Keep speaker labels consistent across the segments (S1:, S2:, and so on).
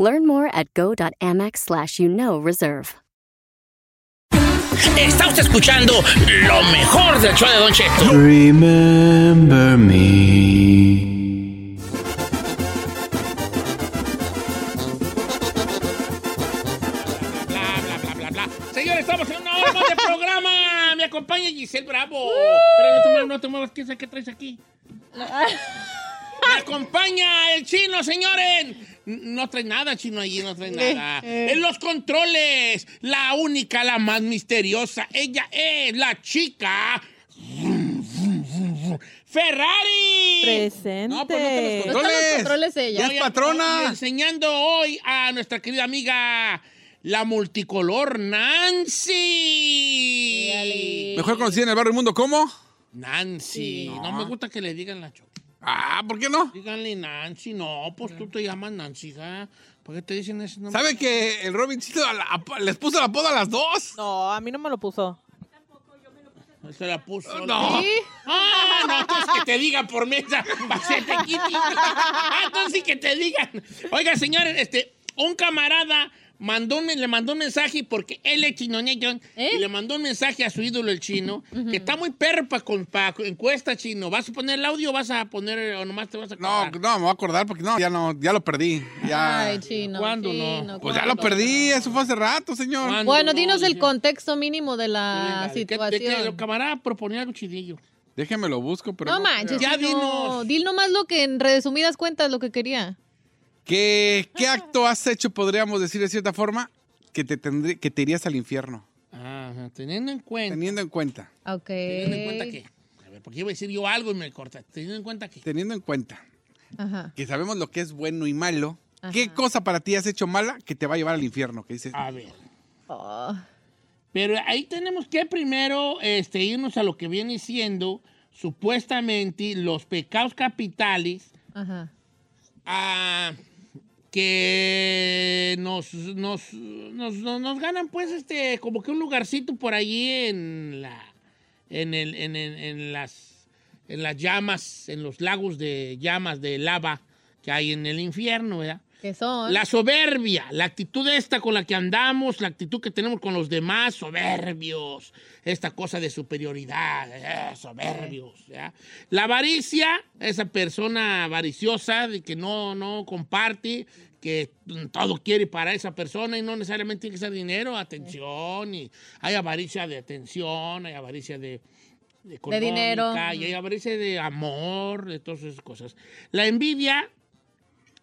S1: Learn more at go.amex slash you know reserve.
S2: Está usted escuchando lo mejor del show de Don Cheto.
S3: Remember me.
S2: Bla, bla, bla, bla, bla. Señores, estamos en una hora más de programa. Me acompaña Giselle Bravo. Pero no te muevas, no te muevas. ¿Qué, es- qué traes aquí? Me acompaña el chino, señores. No trae nada, chino, allí no trae nada. En los controles, la única, la más misteriosa. Ella es la chica. ¡Ferrari!
S4: Presente.
S2: No, pues no te los
S5: No
S2: controles.
S5: están los controles ella.
S2: Voy a- voy a- Enseñando hoy a nuestra querida amiga, la multicolor Nancy.
S6: Mejor conocida en el barrio del mundo, ¿cómo?
S2: Nancy. No. me gusta que le digan la choca.
S6: Ah, ¿por qué no?
S2: Díganle Nancy. No, pues tú te llamas Nancy, ¿ja? ¿Por qué te dicen ese nombre?
S6: ¿Sabe que el Robincito a la- a- les puso el apodo a las dos?
S4: No, a mí no me lo puso.
S2: Él Se la puso.
S6: No.
S2: Ah, no, entonces que te digan por mesa. Se te quite. Ah, entonces que te digan. Oiga, señores, este, un camarada mandó un- le mandó un mensaje porque él es chino John,
S5: ¿Eh?
S2: y le mandó un mensaje a su ídolo el chino, que está muy perpa con pa, encuesta chino. ¿Vas a poner el audio o vas a poner o nomás te vas a
S6: No,
S2: acabar?
S6: no, me voy a acordar porque no, ya no, ya lo perdí. Ya.
S5: Ay, chino.
S2: ¿Cuándo
S5: chino,
S2: no?
S6: pues ya lo
S5: ¿cuándo?
S6: perdí, eso fue hace rato, señor.
S2: ¿Cuándo?
S5: Bueno, dinos el
S2: Sí.
S5: contexto mínimo de la
S2: ¿Qué- qué- qué- el
S5: Ah, situación.
S2: camarada proponía algo chidillo.
S6: Déjeme lo busco, pero.
S5: No manches,
S2: Ya
S5: chino.
S2: dinos.
S5: Dil nomás lo que en resumidas cuentas lo que quería.
S6: ¿Qué, ¿Qué acto has hecho, podríamos decir de cierta forma, que te, tendrí- que te irías al infierno?
S2: Ajá, Ah, teniendo en cuenta.
S6: Teniendo en cuenta.
S5: Ok.
S2: Teniendo en cuenta que. A ver, porque iba a decir yo algo y me corta. Teniendo en cuenta que.
S6: Teniendo en cuenta
S5: Ajá.
S6: que sabemos lo que es bueno y malo, ¿qué
S5: Ajá.
S6: cosa para ti has hecho mala que te va a llevar al infierno? Que dices,
S2: A ver.
S5: Oh,
S2: Pero ahí tenemos que primero este, irnos a lo que viene siendo supuestamente los pecados capitales
S5: ajá.
S2: ah, que nos, nos, nos, nos- nos ganan pues este como que un lugarcito por allí en la en, el, en, en- en las en las llamas, en los lagos de llamas de lava que hay en el infierno, ¿verdad?
S5: ¿Qué son?
S2: La soberbia, la actitud esta con la que andamos, la actitud que tenemos con los demás, soberbios, esta cosa de superioridad, eh, soberbios. ¿ya? La avaricia, esa persona avariciosa de que no, no comparte, que todo quiere para esa persona y no necesariamente tiene que ser dinero, atención, y hay avaricia de atención, hay avaricia de... económica,
S5: dinero.
S2: Y hay avaricia de amor, de todas esas cosas. La envidia,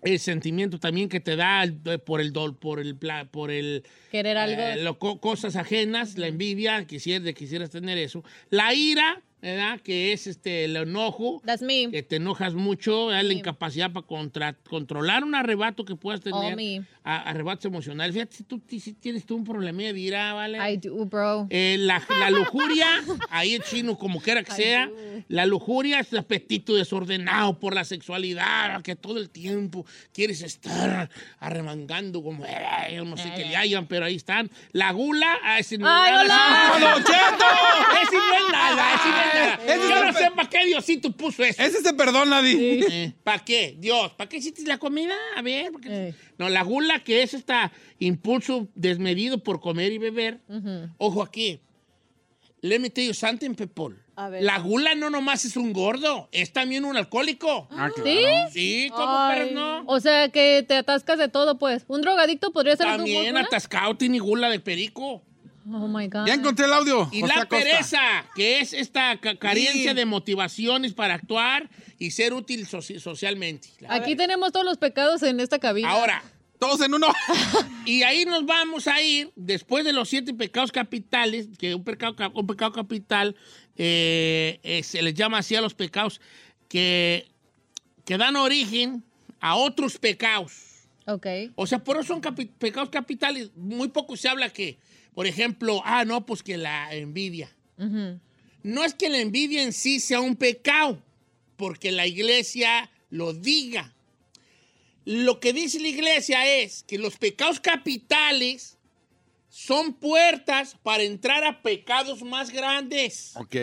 S2: el sentimiento también que te da el- por el dol, por el pla- por el
S5: Querer algo.
S2: eh, lo- co- cosas ajenas, la envidia, quisier- de quisieras tener eso. La ira, ¿verdad? que es este el enojo,
S5: That's me.
S2: que te enojas mucho, ¿verdad? la incapacidad para contra- controlar un arrebato que puedas
S5: Oh,
S2: tener,
S5: me.
S2: a- arrebatos emocionales. Fíjate, si tú ti- si tienes tú un problema de ira, ¿vale?
S5: I do, bro.
S2: Eh, la, la lujuria, ahí el chino, como quiera que sea, la lujuria es el apetito desordenado por la sexualidad, que todo el tiempo quieres estar arremangando como, eh, yo no sé qué le hayan, pero ahí están. La gula, ah, ese no
S5: ¡Ay,
S2: es nada, ese-
S5: hola!
S6: ¡Don Cheto!
S2: ese no es nada, ese no es nada.
S6: Ese es
S2: Yo
S6: el
S2: no
S6: pe-
S2: sé para qué Diosito puso eso.
S6: Ese se perdona, Di.
S2: ¿Para qué? Dios, ¿para qué hiciste la comida? A ver, ¿por qué? No, la gula que es este impulso desmedido por comer y beber. Ojo aquí. Let me tell you something, Pepol.
S4: A ver.
S2: La gula no nomás es un gordo, es también un alcohólico.
S6: Ah, claro.
S5: ¿Sí?
S2: Sí, ¿cómo pero no?
S5: O sea que te atascas de todo, pues. Un drogadicto podría ser tu
S2: También
S5: gula?
S2: atascado tiene gula de perico.
S5: Oh my God.
S6: Ya encontré el audio.
S2: Y
S6: José
S2: la
S6: Acosta.
S2: pereza, que es esta ca- carencia
S6: Sí.
S2: de motivaciones para actuar y ser útil soci- socialmente. La-
S5: Aquí tenemos todos los pecados en esta cabina.
S2: Ahora,
S6: Todos en uno.
S2: Y ahí nos vamos a ir después de los siete pecados capitales, que un pecado, cap- un pecado capital eh, eh, se les llama así a los pecados que, que dan origen a otros pecados.
S5: Ok.
S2: O sea, por eso son capi- pecados capitales. Muy poco se habla que, por ejemplo, ah, no, pues que la envidia.
S5: Ujú.
S2: No es que la envidia en sí sea un pecado, porque la iglesia lo diga. Lo que dice la iglesia es que los pecados capitales son puertas para entrar a pecados más grandes.
S6: Ok.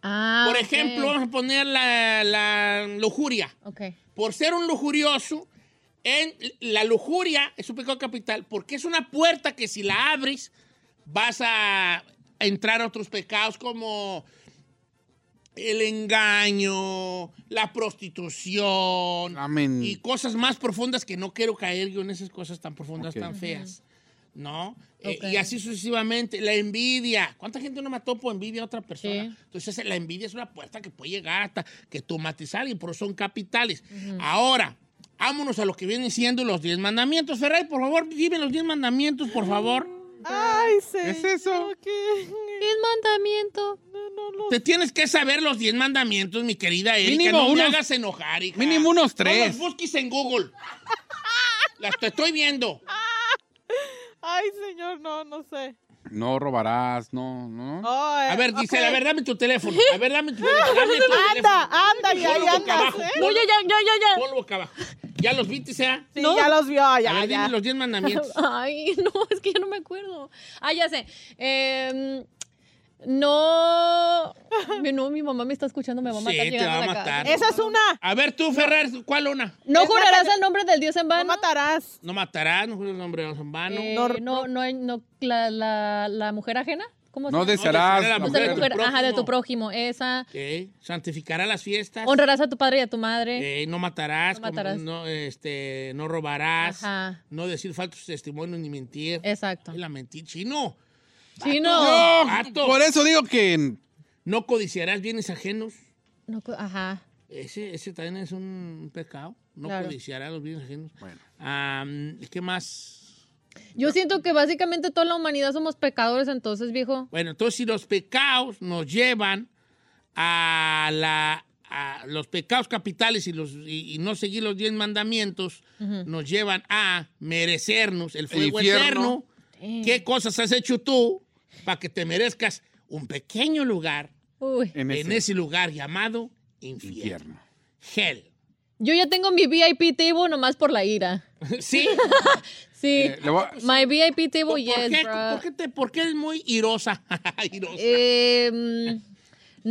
S5: Ah,
S2: Por
S5: ok.
S2: ejemplo, vamos a poner la, la lujuria.
S5: Ok.
S2: Por ser un lujurioso, en, la lujuria es un pecado capital porque es una puerta que si la abres vas a entrar a otros pecados como el engaño, la prostitución
S6: Amén.
S2: y cosas más profundas que no quiero caer yo en esas cosas tan profundas,
S6: Ok.
S2: tan feas. ¿No? Eh,
S5: Ok.
S2: y así sucesivamente. La envidia. ¿Cuánta gente no mató por envidia a otra persona?
S5: Sí.
S2: Entonces, la envidia es una puerta que puede llegar hasta que tomatizar y por eso son capitales. Ahora, vámonos a lo que vienen siendo los 10 mandamientos. Ferrari, por favor, dime los 10 mandamientos, por favor.
S4: Ay, sí.
S6: ¿Qué es eso?
S5: El mandamiento.
S2: Te tienes que saber los 10 mandamientos, mi querida Erika.
S6: Mínimo
S2: no me
S6: unos-
S2: hagas enojar, hija.
S6: mínimo unos
S2: No
S6: tres.
S2: los busques en Google. Las te estoy viendo.
S4: Ay, señor, no, no sé.
S6: No robarás, no, no.
S4: Ay,
S2: A ver, dice,
S4: eh, ok.
S2: a ver, dame tu teléfono. A ver, dame tu teléfono. Dame tu teléfono.
S4: Anda, anda, ya,
S2: Ponlo
S4: ya
S2: boca
S4: andas,
S2: abajo,
S4: ¿eh?
S5: No, ya, ya, ya, ya, ya.
S2: Ponlo boca abajo. ¿Ya los viste, sea?
S4: Sí,
S5: no.
S4: ya los vio,
S2: a
S4: ya,
S2: ver,
S4: ya.
S2: dime los 10 mandamientos.
S5: Ay, no, es que yo no me acuerdo. Ah, ya sé. Eh, no. mi- No, mi mamá me está escuchando, me va a matar.
S2: Sí, te
S5: llegando
S2: va a
S5: a la casa.
S2: matar.
S4: Esa es una.
S2: A ver, tú, Ferrer, ¿cuál una?
S5: No
S4: Es la
S5: jurarás
S4: que-
S5: el nombre del Dios en
S4: No
S5: vano.
S4: matarás.
S2: No matarás, no jures nombre de los hermanos.
S5: Eh,
S2: Ah, No
S5: no, no, hay- no, la, la, la mujer ajena. ¿Cómo se
S6: No
S5: llama?
S6: des- desearás
S2: desearás
S6: la
S5: O sea, la
S6: mujer de tu
S5: mujer, ajá, de tu prójimo. Esa.
S2: Ok. Santificará las fiestas.
S5: Honrarás a tu padre y a tu madre.
S2: Eh, no matarás.
S5: No
S2: com-
S5: matarás.
S2: No, este, no robarás.
S5: Ajá.
S2: No decir falsos testimonios ni mentir.
S5: Exacto.
S2: Ay, La mentira. Chino.
S5: Sí, no.
S6: Yo,
S2: Vato.
S6: por eso digo que
S2: No codiciarás bienes ajenos.
S5: No, cu- Ajá.
S2: Ese, ese también es un pecado. No
S5: Claro.
S2: codiciar a los bienes ajenos. Am, ¿Qué más?
S5: Yo siento que básicamente toda la humanidad somos pecadores, entonces, viejo.
S2: Bueno, entonces si los pecados nos llevan a, la, a los pecados capitales y, los, y, y no seguir los diez mandamientos, nos llevan a merecernos el fuego
S6: infierno.
S2: eterno. ¿Qué cosas has hecho tú para que te merezcas un pequeño lugar
S5: Uy.
S6: en,
S2: en
S6: ese
S2: ese lugar llamado infierno?
S6: infierno.
S2: Hell.
S5: Yo ya tengo mi VIP table nomás por la ira.
S2: ¿Sí?
S5: Sí.
S6: Eh, le voy a-
S5: My VIP table,
S2: ¿Por,
S5: yes,
S2: qué,
S5: bro.
S2: ¿por, qué te- por qué es muy irosa? Irosa.
S5: Eh, mm,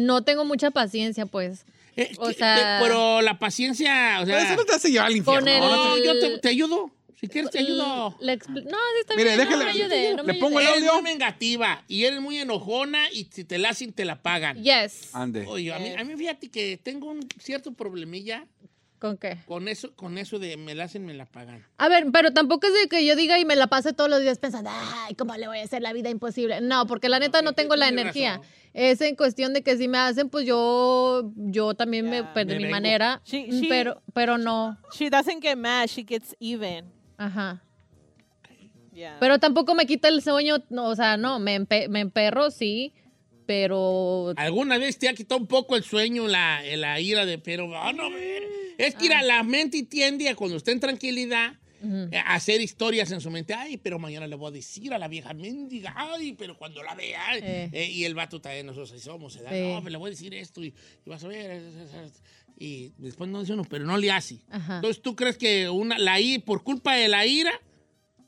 S5: no tengo mucha paciencia, pues.
S2: Eh,
S5: o
S2: que-
S5: sea-
S2: te- pero la paciencia, o
S6: Pero eso
S2: sea...
S6: no te hace llevar al infierno.
S5: Con el-
S6: no, no
S2: No, yo te, te ayudo. Si quieres, te ayudo.
S5: Le expl- no, sí está
S6: Mire,
S5: bien.
S6: déjale-
S5: no me ayude, no
S6: le
S5: me ayude.
S6: pongo el
S2: Eres
S6: audio.
S2: muy vengativa y eres muy enojona y si te la hacen, te la pagan.
S5: Yes.
S6: Ande.
S2: Oye, a mí, a mí fíjate que tengo un cierto problemilla
S5: ¿Con qué?
S2: con eso, con eso de me la hacen, me la pagan.
S5: A ver, pero tampoco es de que yo diga y me la pase todos los días pensando, ay, ¿cómo le voy a hacer la vida imposible? No, porque la neta no tengo la
S2: tienes
S5: energía.
S2: razón.
S5: Es en cuestión de que si me hacen, pues yo, yo también me, pues,
S2: Me
S5: de mi
S2: vengo.
S5: manera, mm,
S4: Sí, sí.
S5: pero, pero no,
S4: She doesn't get mad, she gets even.
S5: ajá.
S4: Yeah.
S5: Pero tampoco me quita el sueño, no, o sea, no, me, empe- me emperro, sí, pero...
S2: ¿Alguna vez te ha quitado un poco el sueño, la, la ira de, pero, ah, no, ver. es que
S5: Ah.
S2: mira, la mente tiende a cuando está en tranquilidad eh, a hacer historias en su mente. Ay, pero mañana le voy a decir a la vieja mendiga, ay, pero cuando la vea. ay,
S5: Eh.
S2: eh, y el vato también, nosotros así somos, ¿verdad?
S5: Sí.
S2: No, pero le voy a decir esto y, y vas a ver. es- es- es- Y después no dice uno, pero no le hace.
S5: Ajá.
S2: Entonces, ¿tú crees que una, la i- por culpa de la ira,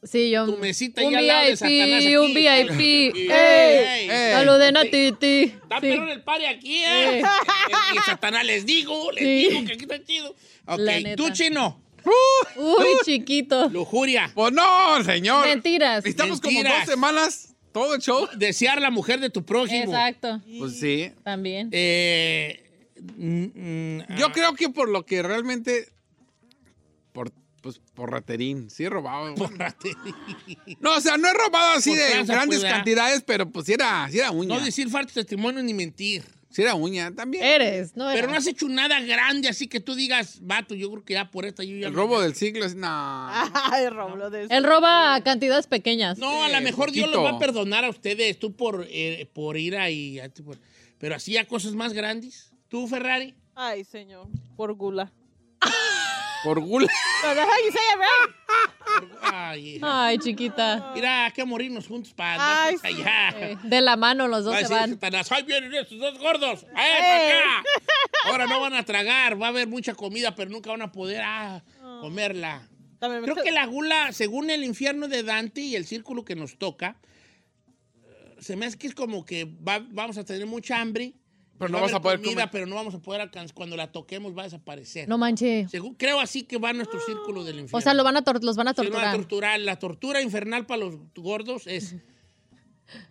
S5: Sí, yo...
S2: tu mesita
S5: un
S2: ahí al lado de Satanás aquí?
S5: VIP, un VIP.
S2: Y-
S5: ¡Ey!
S2: ey,
S6: ey.
S5: Saluden a Titi.
S2: Está
S5: Sí.
S2: perro en el party aquí, ¿eh?
S5: Eh.
S2: Y Satanás les digo, les
S5: Sí.
S2: digo que aquí está chido. Ok,
S5: La neta.
S2: tú chino,
S5: Uy, chiquito.
S2: lujuria,
S6: Pues no, señor.
S5: Mentiras.
S6: Necesitamos como
S2: Mentiras.
S6: dos semanas todo el show.
S2: desear la mujer de tu prójimo.
S5: Exacto.
S6: Pues sí.
S5: También.
S2: Eh, mm, mm,
S6: Yo
S2: ah,
S6: creo que por lo que realmente. Por, pues, por raterín. Sí, he robado.
S2: pórrate.
S6: No, o sea, no he robado así
S2: Por
S6: de
S2: tranza,
S6: grandes
S2: pues, ¿verdad?
S6: cantidades, pero pues sí era, sí era uña.
S2: No decir falso testimonio ni mentir.
S6: Sí era uña también.
S2: Eh,
S5: Eres, no
S2: Pero no
S5: eras.
S2: has hecho nada grande, así que tú digas, vato, yo creo que ya por esta yo Ah. ya...
S6: El robo del siglo es. No.
S4: Ay, Roblo de
S5: Él roba a cantidades pequeñas.
S2: No, a lo
S6: Sí,
S2: mejor Dios
S6: eh, poquito.
S2: los va a perdonar a ustedes, tú por, eh, por ir ahí. a ti por- Pero así a cosas más grandes. Tú, Ferrari.
S4: Ay, señor, por gula.
S6: Por gula.
S4: So that's how you say it, right?
S2: Ay, hija.
S5: Ay, chiquita.
S2: Mira, hay que morirnos juntos para
S4: Ay,
S2: andarnos allá.
S5: Eh, De la mano los dos
S2: Va a
S5: se
S2: decir
S5: van.
S2: Satanás, ¡ay, vienen estos dos gordos! ¡Eh, para acá! Ahora no van a tragar, va a haber mucha comida, pero nunca van a poder ah, comerla.
S4: Dame,
S2: Creo que la gula, según el infierno de Dante y el círculo que nos toca, eh, se me hace que es como que va- vamos a tener mucha hambre.
S6: Pero
S2: y
S6: no
S2: va
S6: vas a
S2: haber
S6: poder
S2: comida,
S6: comer.
S2: Pero no vamos a poder alcanzar. Cuando la toquemos va a desaparecer.
S5: No manches.
S2: Según- creo así que va nuestro círculo del infierno.
S5: O sea, lo van a tor- los van a
S2: Sí, nos van a
S5: torturar.
S2: torturar. La tortura infernal para los gordos es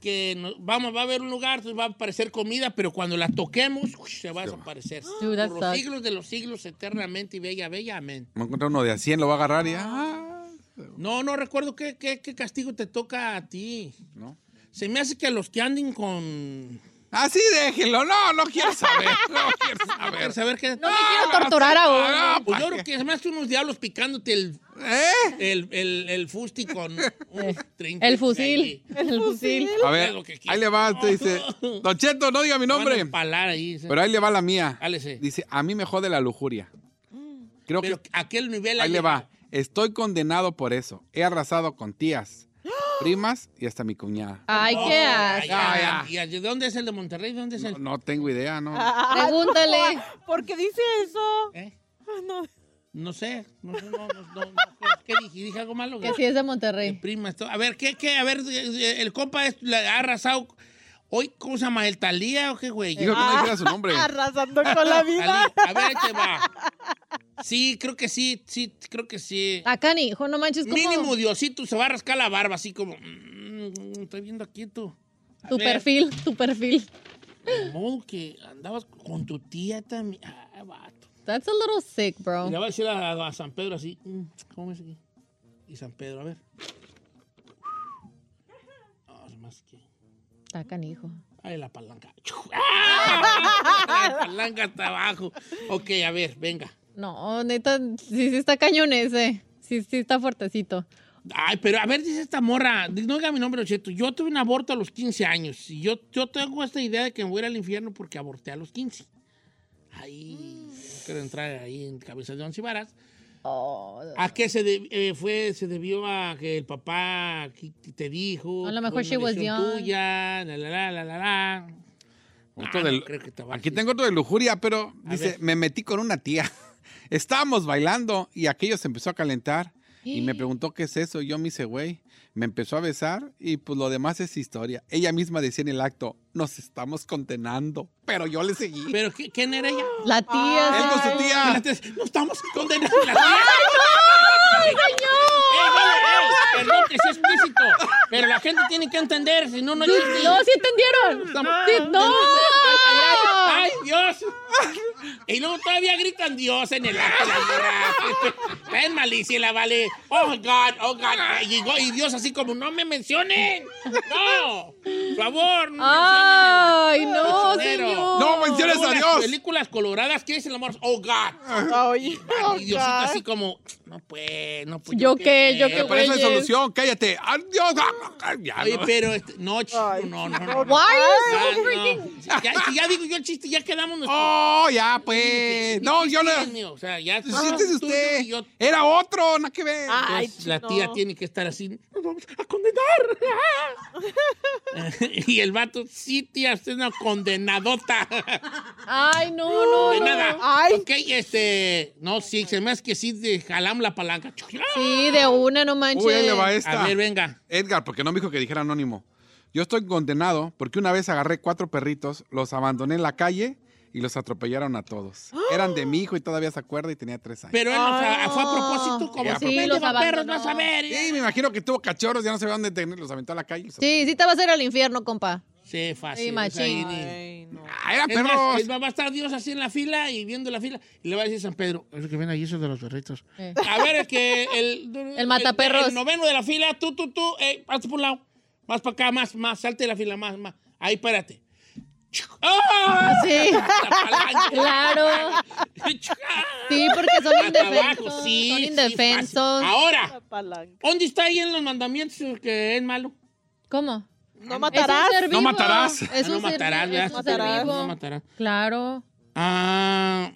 S2: que no- vamos, va a haber un lugar, entonces va a aparecer comida, pero cuando la toquemos, ush, se va a desaparecer.
S5: Dude, that
S2: Por los
S5: sucks.
S2: siglos de los siglos, eternamente y bella, bella, amén.
S6: Me encuentra uno de a 100, lo va a agarrar y. ah,
S2: No, no recuerdo qué, qué- qué castigo te toca a ti.
S6: ¿no?
S2: Se me hace que a los que anden con...
S6: Así déjelo. ah, No, no quiero saber. No quiero
S2: A ver,
S6: saber.
S2: saber qué...
S5: No me quiero torturar
S6: Ah,
S5: ahora.
S6: no,
S2: Pues
S6: ¿pa'
S2: yo creo que es más que unos diablos picándote el,
S6: qué? ¿Eh?
S2: el, el, el fusti con un trinque
S5: El
S2: ahí.
S5: fusil. El fusil.
S6: A ver,
S2: Es lo que quiero.
S6: ahí le va, te dice. Don Cheto, no diga mi
S2: Van a
S6: nombre.
S2: empalar ahí. ese-
S6: Pero ahí le va la mía.
S2: Álese.
S6: Dice, a mí me jode la lujuria. Creo
S2: Mm. Pero
S6: que
S2: aquel nivel
S6: ahí le va. Estoy condenado por eso. He arrasado con tías, primas y hasta mi cuñada.
S2: Ah,
S5: Ay, qué
S2: Ay,
S5: asco.
S2: ay,
S6: Ah,
S2: ay, ay, ¿De dónde es el de Monterrey? ¿De ¿Dónde es pues el? Ah,
S6: No, no tengo idea, ¿no?
S5: Pregúntale.
S4: ¿Por qué dice eso?
S2: ¿Eh?
S4: No.
S2: No sé. No, sé, no, no, no, no, ¿Qué dije? ¿Dije algo malo?
S5: Que sí es de
S2: De
S5: Monterrey.
S2: primas, todo. A ver, ¿qué, qué? A ver, eh, el compa es- la- ha arrasado. Hoy, ¿cómo se llama? ¿El Talía o qué, güey?
S6: Dijo que no dijera su nombre.
S4: Arrasando con la vida.
S2: Talía. A ver, ahí te va. Sí, creo que sí, sí, creo que sí.
S5: Acá ni, hijo, Ah, no manches, ¿cómo?
S2: Mínimo Diosito se va a rascar la barba, así como. mm, estoy viendo aquí tú. A
S5: Tu
S2: ver.
S5: perfil, tu perfil.
S2: De modo que andabas con tu tía también. Ah, vato.
S5: That's a little sick, bro.
S2: Le va a decir a, a San Pedro así, "Mm, ¿cómo es aquí? Y San Pedro, a ver. Ah, es más que...
S5: Está canijo.
S2: Ahí la palanca. ¡Ah! La palanca hasta abajo. Ok, a ver, venga.
S5: No, neta, sí, sí está cañón ese. Sí, sí está fuertecito.
S2: Ay, pero a ver, dice esta morra. No diga mi nombre, Cheto. Yo tuve un aborto a los 15 años. Y yo, yo tengo esta idea de que me voy a ir al infierno porque aborté a los 15. Ay, no quiero entrar ahí en cabeza de once varas.
S5: Oh,
S2: ¿A qué se, deb- eh, fue, se debió a que el papá aquí te dijo?
S5: A lo mejor
S2: fue una
S5: she was
S2: elección
S5: young.
S2: tuya, la, la, la, la, la, la.
S6: Otro
S2: Ah,
S6: del-
S2: no creo que te va a
S6: Aquí
S2: decir.
S6: tengo otro de lujuria, pero
S2: A
S6: dice,
S2: ver.
S6: me metí con una tía. Estábamos bailando y aquello se empezó a calentar y me preguntó qué es eso. Yo me hice, güey, me empezó a besar y pues lo demás es historia. Ella misma decía en el acto, nos estamos condenando, pero yo le seguí.
S2: ¿Pero qué- quién era ella?
S5: La tía.
S6: Él
S5: sí.
S2: Ah.
S6: con su
S2: Y
S6: tía.
S2: las tres, No estamos condenando la tía. ¡Ay, señor! Perdón que sea explícito, pero la gente tiene que entender, si no, no existe.
S5: No, sí entendieron.
S2: Estamos-
S5: Sí, no.
S2: Ah. ¡Ay, Dios! Y luego todavía gritan Dios en el acto. Está en malicia la vale. Oh, God, oh, God. Y, go- y Dios así como, no me mencionen. No, por favor, no
S5: Ah. Ay, no,
S2: mencionen.
S5: señor.
S6: No pues, menciones
S2: Luego
S6: a
S2: las
S6: Dios.
S2: películas coloradas, ¿qué dicen el amor? Oh, God.
S4: Ay, oh,
S2: Y Diosito
S4: God.
S2: así como, no pues, no pues.
S5: ¿Yo qué? ¿Yo qué,
S6: Me parece
S5: güeyes.
S6: solución, cállate. Adiós. Ah, ah, ya,
S2: Oye,
S6: no.
S2: pero, este- no, ch-
S4: Ay,
S2: no, no, no.
S5: Why are you so
S2: Ya,
S5: freaking?
S2: no. Ya, si ya digo yo el chiste, ya quedamos nosotros.
S6: Oh, ya pues. No, yo no.
S2: Dios mío, O sea, ya
S6: El chiste es
S2: tú,
S6: usted.
S2: tú y yo. Ah,
S6: Era otro, nada que ver.
S4: Ay,
S2: Entonces, Pues, la
S4: no.
S2: tía tiene que estar así. Nos vamos a condenar. y el vato, sí, tía, usted es una condenadota.
S5: Ay, no, no.
S2: De
S5: no.
S2: nada.
S4: Ay.
S2: Ok, este. No, sí, se me hace que sí, de jalamos la palanca.
S5: Sí, de una, no manches.
S6: Uy, ahí le va esta.
S2: A ver, venga.
S6: Edgar, porque no me dijo que dijera anónimo. Yo estoy condenado porque una vez agarré cuatro perritos, los abandoné en la calle y los atropellaron a todos. Eran de mi hijo y todavía se acuerda y tenía tres años.
S2: Pero él nos-
S5: Ah.
S2: fue a propósito, como
S6: Sí,
S2: si me
S5: los
S2: lleva perros,
S5: abandonó.
S2: vas a ver.
S6: Sí, me imagino que tuvo cachorros, ya no sabía dónde tener, los aventó a la calle. y los
S5: Sí, sí te vas a ir al infierno, compa.
S2: Sí, fácil.
S5: Sí,
S2: o sea,
S5: machín.
S2: ahí ni-
S4: Ay, no.
S6: Ah, eran
S2: Es más,
S6: perros.
S2: es más, va a estar Dios así en la fila y viendo la fila. Y le va a decir San Pedro, eso que ven ahí, eso de los perritos.
S5: Eh.
S2: A ver, es que el...
S5: El mataperros.
S2: El, noveno de la fila, tú, tú, tú, eh, hazte por un lado. Más para acá, más, más, salte de la fila, más, más. Ahí, párate. ¡Ah!
S5: Sí,
S2: La palanca.
S5: claro. sí, porque son
S2: Hasta
S5: indefensos.
S2: abajo, sí,
S5: son
S2: sí,
S5: indefensos.
S2: fácil. Ahora,
S4: La palanca.
S2: ¿dónde está ahí en los mandamientos que es malo?
S5: ¿Cómo?
S4: No
S5: Es un
S4: matarás.
S5: ser vivo.
S6: matarás.
S5: Es
S2: Ah, no
S5: un ser-
S2: matarás,
S5: es
S2: ¿verdad?
S5: un ser
S4: Matarás.
S5: vivo.
S2: No matarás.
S5: Claro.
S2: Ah,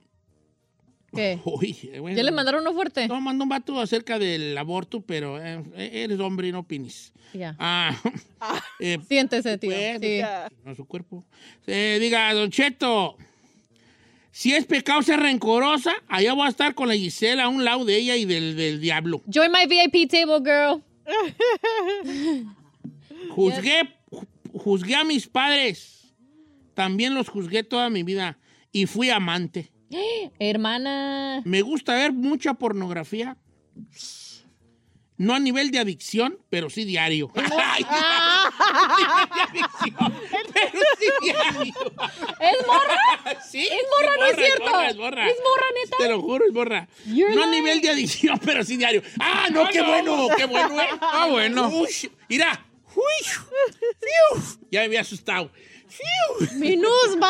S5: ¿Qué?
S2: Uy, eh, bueno.
S5: ¿Ya le mandaron uno fuerte?
S2: No, mandó un vato acerca del aborto, pero eh, eres hombre y no opines.
S5: Ya.
S2: Ah, eh,
S5: Siéntese, tío.
S2: Pues,
S5: Sí.
S4: ya.
S2: no su cuerpo. Eh, diga, Don Cheto, si es pecado ser rencorosa, allá voy a estar con la Gisela a un lado de ella y del, del diablo.
S5: Join my VIP table, girl.
S2: Juzgué, ju- juzgué a mis padres. También los juzgué toda mi vida. Y fui amante.
S5: Hermana.
S2: Me gusta ver mucha pornografía. No a nivel de adicción, pero sí diario. Ay,
S5: Ah.
S2: de adicción, pero sí diario.
S5: ¿Es morra?
S2: Sí,
S5: Es morra,
S2: sí,
S5: no es cierto.
S2: morra, es morra.
S5: Es morra, neta.
S2: Te lo juro, es morra.
S5: You're
S2: no a
S5: lying.
S2: nivel de adicción, pero sí diario. ¡Ah, no, qué bueno! ¡Qué bueno, eh! ¡Ah,
S6: bueno.
S2: ¡Mira! Uy, fiu. Ya me había asustado. Fiu.
S5: Minusval.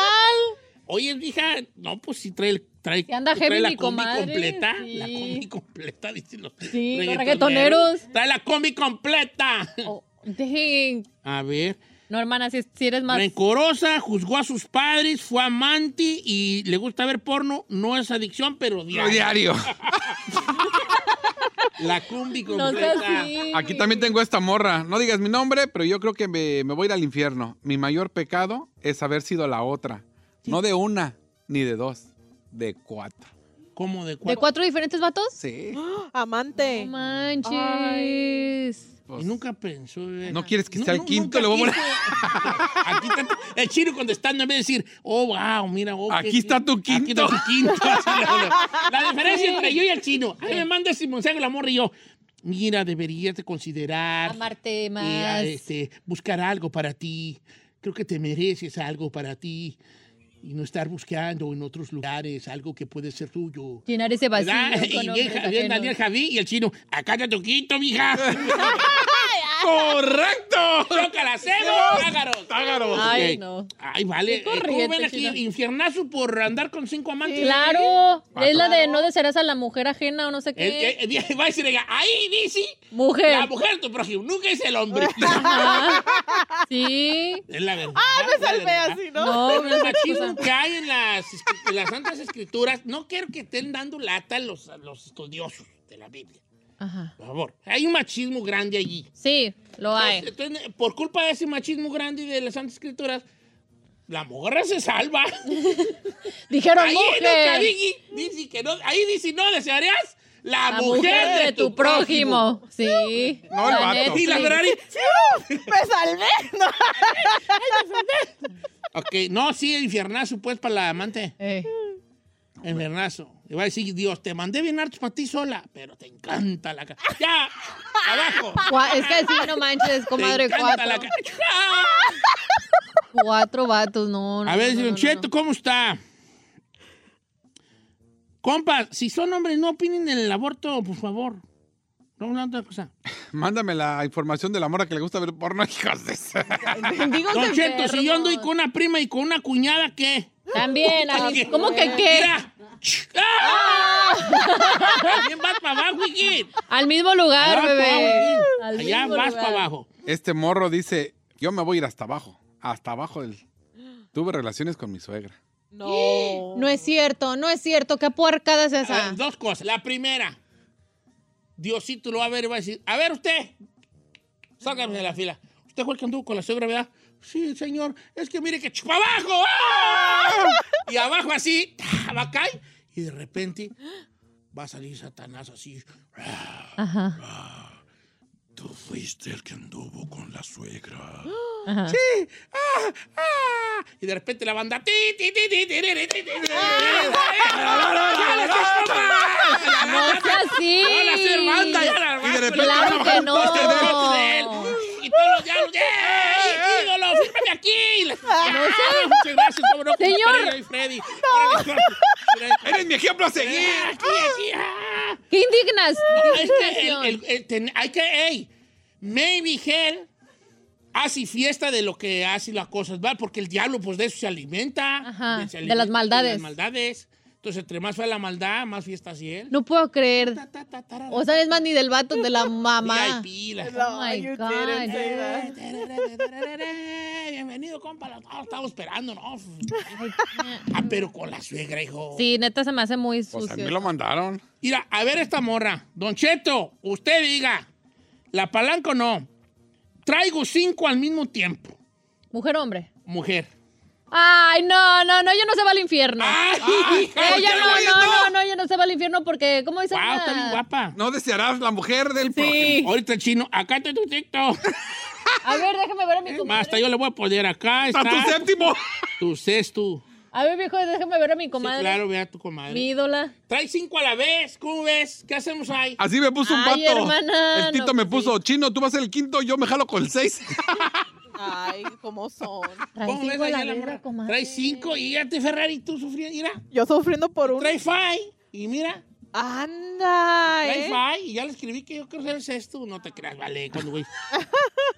S2: Oye, hija, no, pues sí trae, el- trae,
S5: Que anda
S2: trae
S5: heavy
S2: la
S5: mi
S2: combi
S5: comadre,
S2: completa.
S5: sí.
S2: La combi completa, dicen los
S5: Sí, los reggaetoneros.
S2: Trae la combi completa.
S5: Oh, dang.
S2: A ver.
S5: No, hermana, si, si eres más.
S2: Rencorosa, juzgó a sus padres, fue amante y le gusta ver porno. No es adicción,
S6: Lo
S2: pero diario.
S6: diario.
S2: La combi
S5: No
S2: completa.
S5: seas así.
S6: Aquí también tengo esta morra. No digas mi nombre, pero yo creo que me, me voy a ir al infierno. Mi mayor pecado es haber sido la otra. No de una, ni de dos, de cuatro.
S2: ¿Cómo de
S5: ¿De
S2: cuatro?
S5: cuatro diferentes vatos?
S6: Sí.
S2: Ah.
S4: Amante.
S5: No manches.
S2: Y nunca pensó, bebé.
S6: Pues, ¿No quieres que
S2: Nu-
S6: sea el
S2: nu-
S6: quinto?
S2: nunca
S6: Le voy a
S2: quiso. Aquí está tu- el chino contestando en vez de decir, oh, wow, mira, oh,
S6: Aquí
S2: qué-
S6: está tu
S2: Aquí está
S6: quinto.
S2: tu quinto. Así le hablo. La diferencia entre yo y el chino. A mí me manda ese mensaje la morra y yo, mira, deberías de considerar.
S5: Amarte
S2: eh, a-
S5: más.
S2: este, buscar algo para ti. Creo que te mereces algo para ti. Y no estar buscando en otros lugares algo que puede ser tuyo.
S5: Llenar ese vacío.
S2: ¿Verdad?
S5: con
S2: Y
S5: hombres
S2: bien, bien
S5: ajenos.
S2: Daniel Javí y el chino, acá te toquito, mija.
S6: ¡Correcto!
S2: ¡Chócala, cebo! ¡Tágaros!
S6: Tágaros.
S5: Ay,
S2: Ok.
S5: no.
S2: Ay, vale.
S5: Qué
S2: Eh, ¿Cómo
S5: corriente,
S2: ven aquí?
S5: chino.
S2: Infiernazo por andar con cinco amantes.
S5: Claro, es la de no desearás a la mujer ajena o no sé
S2: Eh,
S5: qué.
S2: eh, eh, va a decir, ella, ahí dice, la
S5: Mujer.
S2: mujer es tu prójimo, nunca es el hombre.
S5: Ajá. Sí.
S2: es la verdad. Ah,
S4: Me salvé así, ¿no?
S5: No,
S2: El
S5: no es excusa.
S2: machismo que hay en las, escri- en las santas escrituras, no quiero que estén dando lata a los, a los estudiosos de la Biblia,
S5: Ajá.
S2: por favor. Hay un machismo grande allí.
S5: Sí, lo hay.
S2: Entonces, entonces, por culpa de ese machismo grande y de las santas escrituras, la morra se salva.
S5: Dijeron
S2: ahí en el
S5: mujer.
S2: Cadigi dice que no, ahí dice no desearías la,
S5: La
S2: mujer, de, tu prójimo.
S5: Sí.
S6: No, el
S5: La
S6: vato.
S5: Netflix.
S2: Y la Ferrari.
S4: ¡Me salvé! No.
S2: Ok, no, sí, infiernazo, pues, para la amante.
S5: Eh,
S2: Infiernazo. Le va a decir, Dios, te mandé bien hartos para ti sola, pero te encanta la ca- ¡Ya! ¡Abajo!
S5: cua- Es que así no manches,
S2: Te
S5: comadre.
S2: encanta
S5: Cuatro,
S2: la ca-
S5: cuatro vatos, no. no,
S2: A ver,
S5: no,
S2: Don
S5: no, no,
S2: Cheto, ¿cómo está? Compa, si son hombres, no opinen del aborto, por favor. No, no, otra cosa.
S6: Mándame la información de la morra que le gusta ver porno, hijos de esa.
S5: Digo
S2: Don
S5: que
S2: Cheto, si yo ando y
S5: enfermos.
S2: con una prima y con una cuñada, ¿qué?
S5: También, Alex. ¿Cómo que qué?
S2: Mira. Ch- ¡Ah! También vas para abajo, Wiggy.
S5: Al mismo lugar,
S2: Allá vas para abajo,
S5: bebé.
S2: Wiggy.
S5: Al
S2: Allá
S5: mismo
S2: vas
S5: lugar.
S2: para abajo.
S6: Este morro dice, yo me voy a ir hasta abajo, hasta abajo del... Tuve relaciones con mi suegra.
S4: No.
S5: No es cierto, no es cierto. ¿Qué puercada es
S2: A
S5: esa?
S2: ver, dos cosas. La primera, Diosito lo va a ver y va a decir, a ver usted, sácame de la fila. ¿Usted fue el que anduvo con la suegra, verdad? Sí, señor. Es que mire que chupa abajo. ¡Ah! Y abajo así, ¡ah! va a caer. Y de repente va a salir Satanás así.
S5: Ajá,
S2: Tú fuiste el que anduvo con la suegra.
S5: ajá.
S2: ¡Ah! ¡Ah! Y de repente la banda. ¡Ti, ti, ti, ti, ti, ti, ti, ti, ti, ti!
S5: No es así.
S2: Van a hacer banda ya la
S6: Y de repente
S2: rasco,
S5: Claro
S2: la-
S5: que no.
S2: póster de fotos de él. Y todos los diablos, ¡Ey, ídolo, fírmame aquí! Y le- Ah, Muchas gracias, cómo no,
S5: Señor.
S2: Freddy, soy Freddy. Órale, Freddy.
S6: ¡Eres mi ejemplo a seguir!
S2: Aquí, aquí, ah.
S5: ¿Qué indignas?
S2: No,
S5: ¿Qué
S2: es que el-
S5: indignación?
S2: el- el ten- hay que, hey, maybe hell hace fiesta de lo que hace las cosas mal, porque el diablo, pues de eso se alimenta.
S5: Ajá,
S2: se
S5: de las maldades.
S2: de las maldades. Entonces, entre más fue la maldad, más fiesta hace él.
S5: No puedo creer.
S2: Ta, ta, ta, tarara.
S5: O sea, es más ni del vato, de la mamá.
S2: VIP, la-
S4: No,
S5: Oh my
S4: you
S5: God.
S4: didn't say that.
S2: Bienvenido bienvenido, compa. Los dos estamos esperando, ¿no? Ah, pero con la suegra, hijo.
S5: Sí, neta se me hace muy
S6: Pues a
S5: sucio.
S6: mí lo mandaron.
S2: Mira, a ver esta morra. Don Cheto, usted diga, ¿la palanca o no? Traigo cinco al mismo tiempo.
S5: Mujer hombre.
S2: Mujer.
S5: Ay, no, no, no, ella no se va al infierno.
S2: ¡Ay! hija,
S5: ella
S2: ya
S5: no,
S2: voy,
S5: no, no, no, ella no se va al infierno porque, ¿cómo dice?
S2: Guau, está bien guapa.
S6: No desearás la mujer del
S5: Sí.
S2: Ahorita el chino, acá está tu TikTok.
S5: A ver, déjame ver a mi comadre.
S2: Basta, yo le voy a poner acá. Está
S6: ¡Está tu séptimo!
S2: tu sexto.
S5: A ver, viejo, déjame ver a mi
S2: Sí,
S5: comadre.
S2: claro, vea tu comadre.
S5: Mi ídola.
S2: Trae cinco a la vez, ¿cómo ves? ¿Qué hacemos ahí?
S6: Así me puso un
S5: Ay,
S6: vato.
S5: hermana,
S6: el tito
S5: no,
S6: me
S5: sí.
S2: pues
S6: puso, chino, tú vas a ser el quinto, yo me jalo con el seis.
S4: Ay, cómo son.
S5: Trae
S2: ¿Cómo
S5: cinco
S2: ves ahí
S5: a
S2: a la
S5: verga,
S2: morra?
S5: comadre.
S2: Trae cinco y ya te Ferrari, tú sufriendo. Mira,
S4: Yo sufriendo por un.
S2: trae five. Y mira,
S4: Anda,
S2: trae
S4: ¿eh?
S2: five. Y ya le escribí que yo creo que eres esto. No te creas, vale, cuando güey.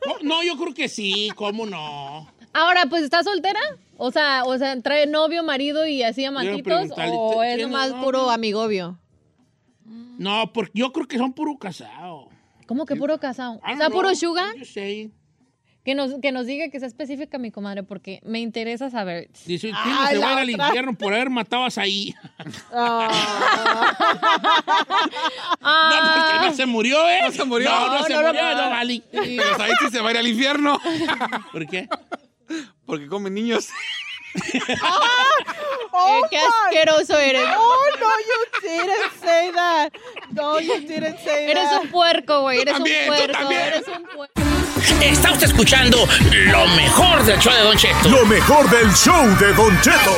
S2: No, no, yo creo que sí, ¿cómo no?
S5: Ahora, pues, ¿está soltera? O sea, o sea, trae novio, marido y así amantitos.
S2: preguntarle,
S5: O
S2: ¿usted
S5: es
S2: tiene
S5: nomás
S2: novio?
S5: puro amigobio.
S2: No, porque yo creo que son puro casado.
S5: ¿Cómo que puro casado?
S2: I
S5: O
S2: don't
S5: sea, puro
S2: know,
S5: sugar.
S2: yo sé.
S5: Que nos, que nos diga que sea específica mi comadre, porque me interesa saber.
S2: Dice, el
S4: Ay,
S5: Ah,
S2: chino se
S4: la
S2: va a ir al
S4: otra.
S2: infierno por haber matado a Saí.
S4: Ah,
S2: No,
S5: Ah,
S2: porque no se murió, ¿eh?
S6: No se murió.
S2: No, no,
S6: No,
S2: se
S5: no, no,
S2: murió,
S5: no.
S2: no, vale.
S6: Pero ahí sí se va a ir al infierno.
S2: ¿Por qué?
S6: Porque comen niños.
S4: oh,
S5: eh, qué asqueroso eres.
S4: oh, no, you didn't say that. No, you didn't say
S5: Eres
S4: that.
S5: un puerco, güey. Eres
S6: también, tú
S5: un puerco.
S6: también.
S5: Eres un puerco.
S2: Está usted escuchando lo mejor del show de Don Cheto.
S7: Lo mejor del show de Don Cheto.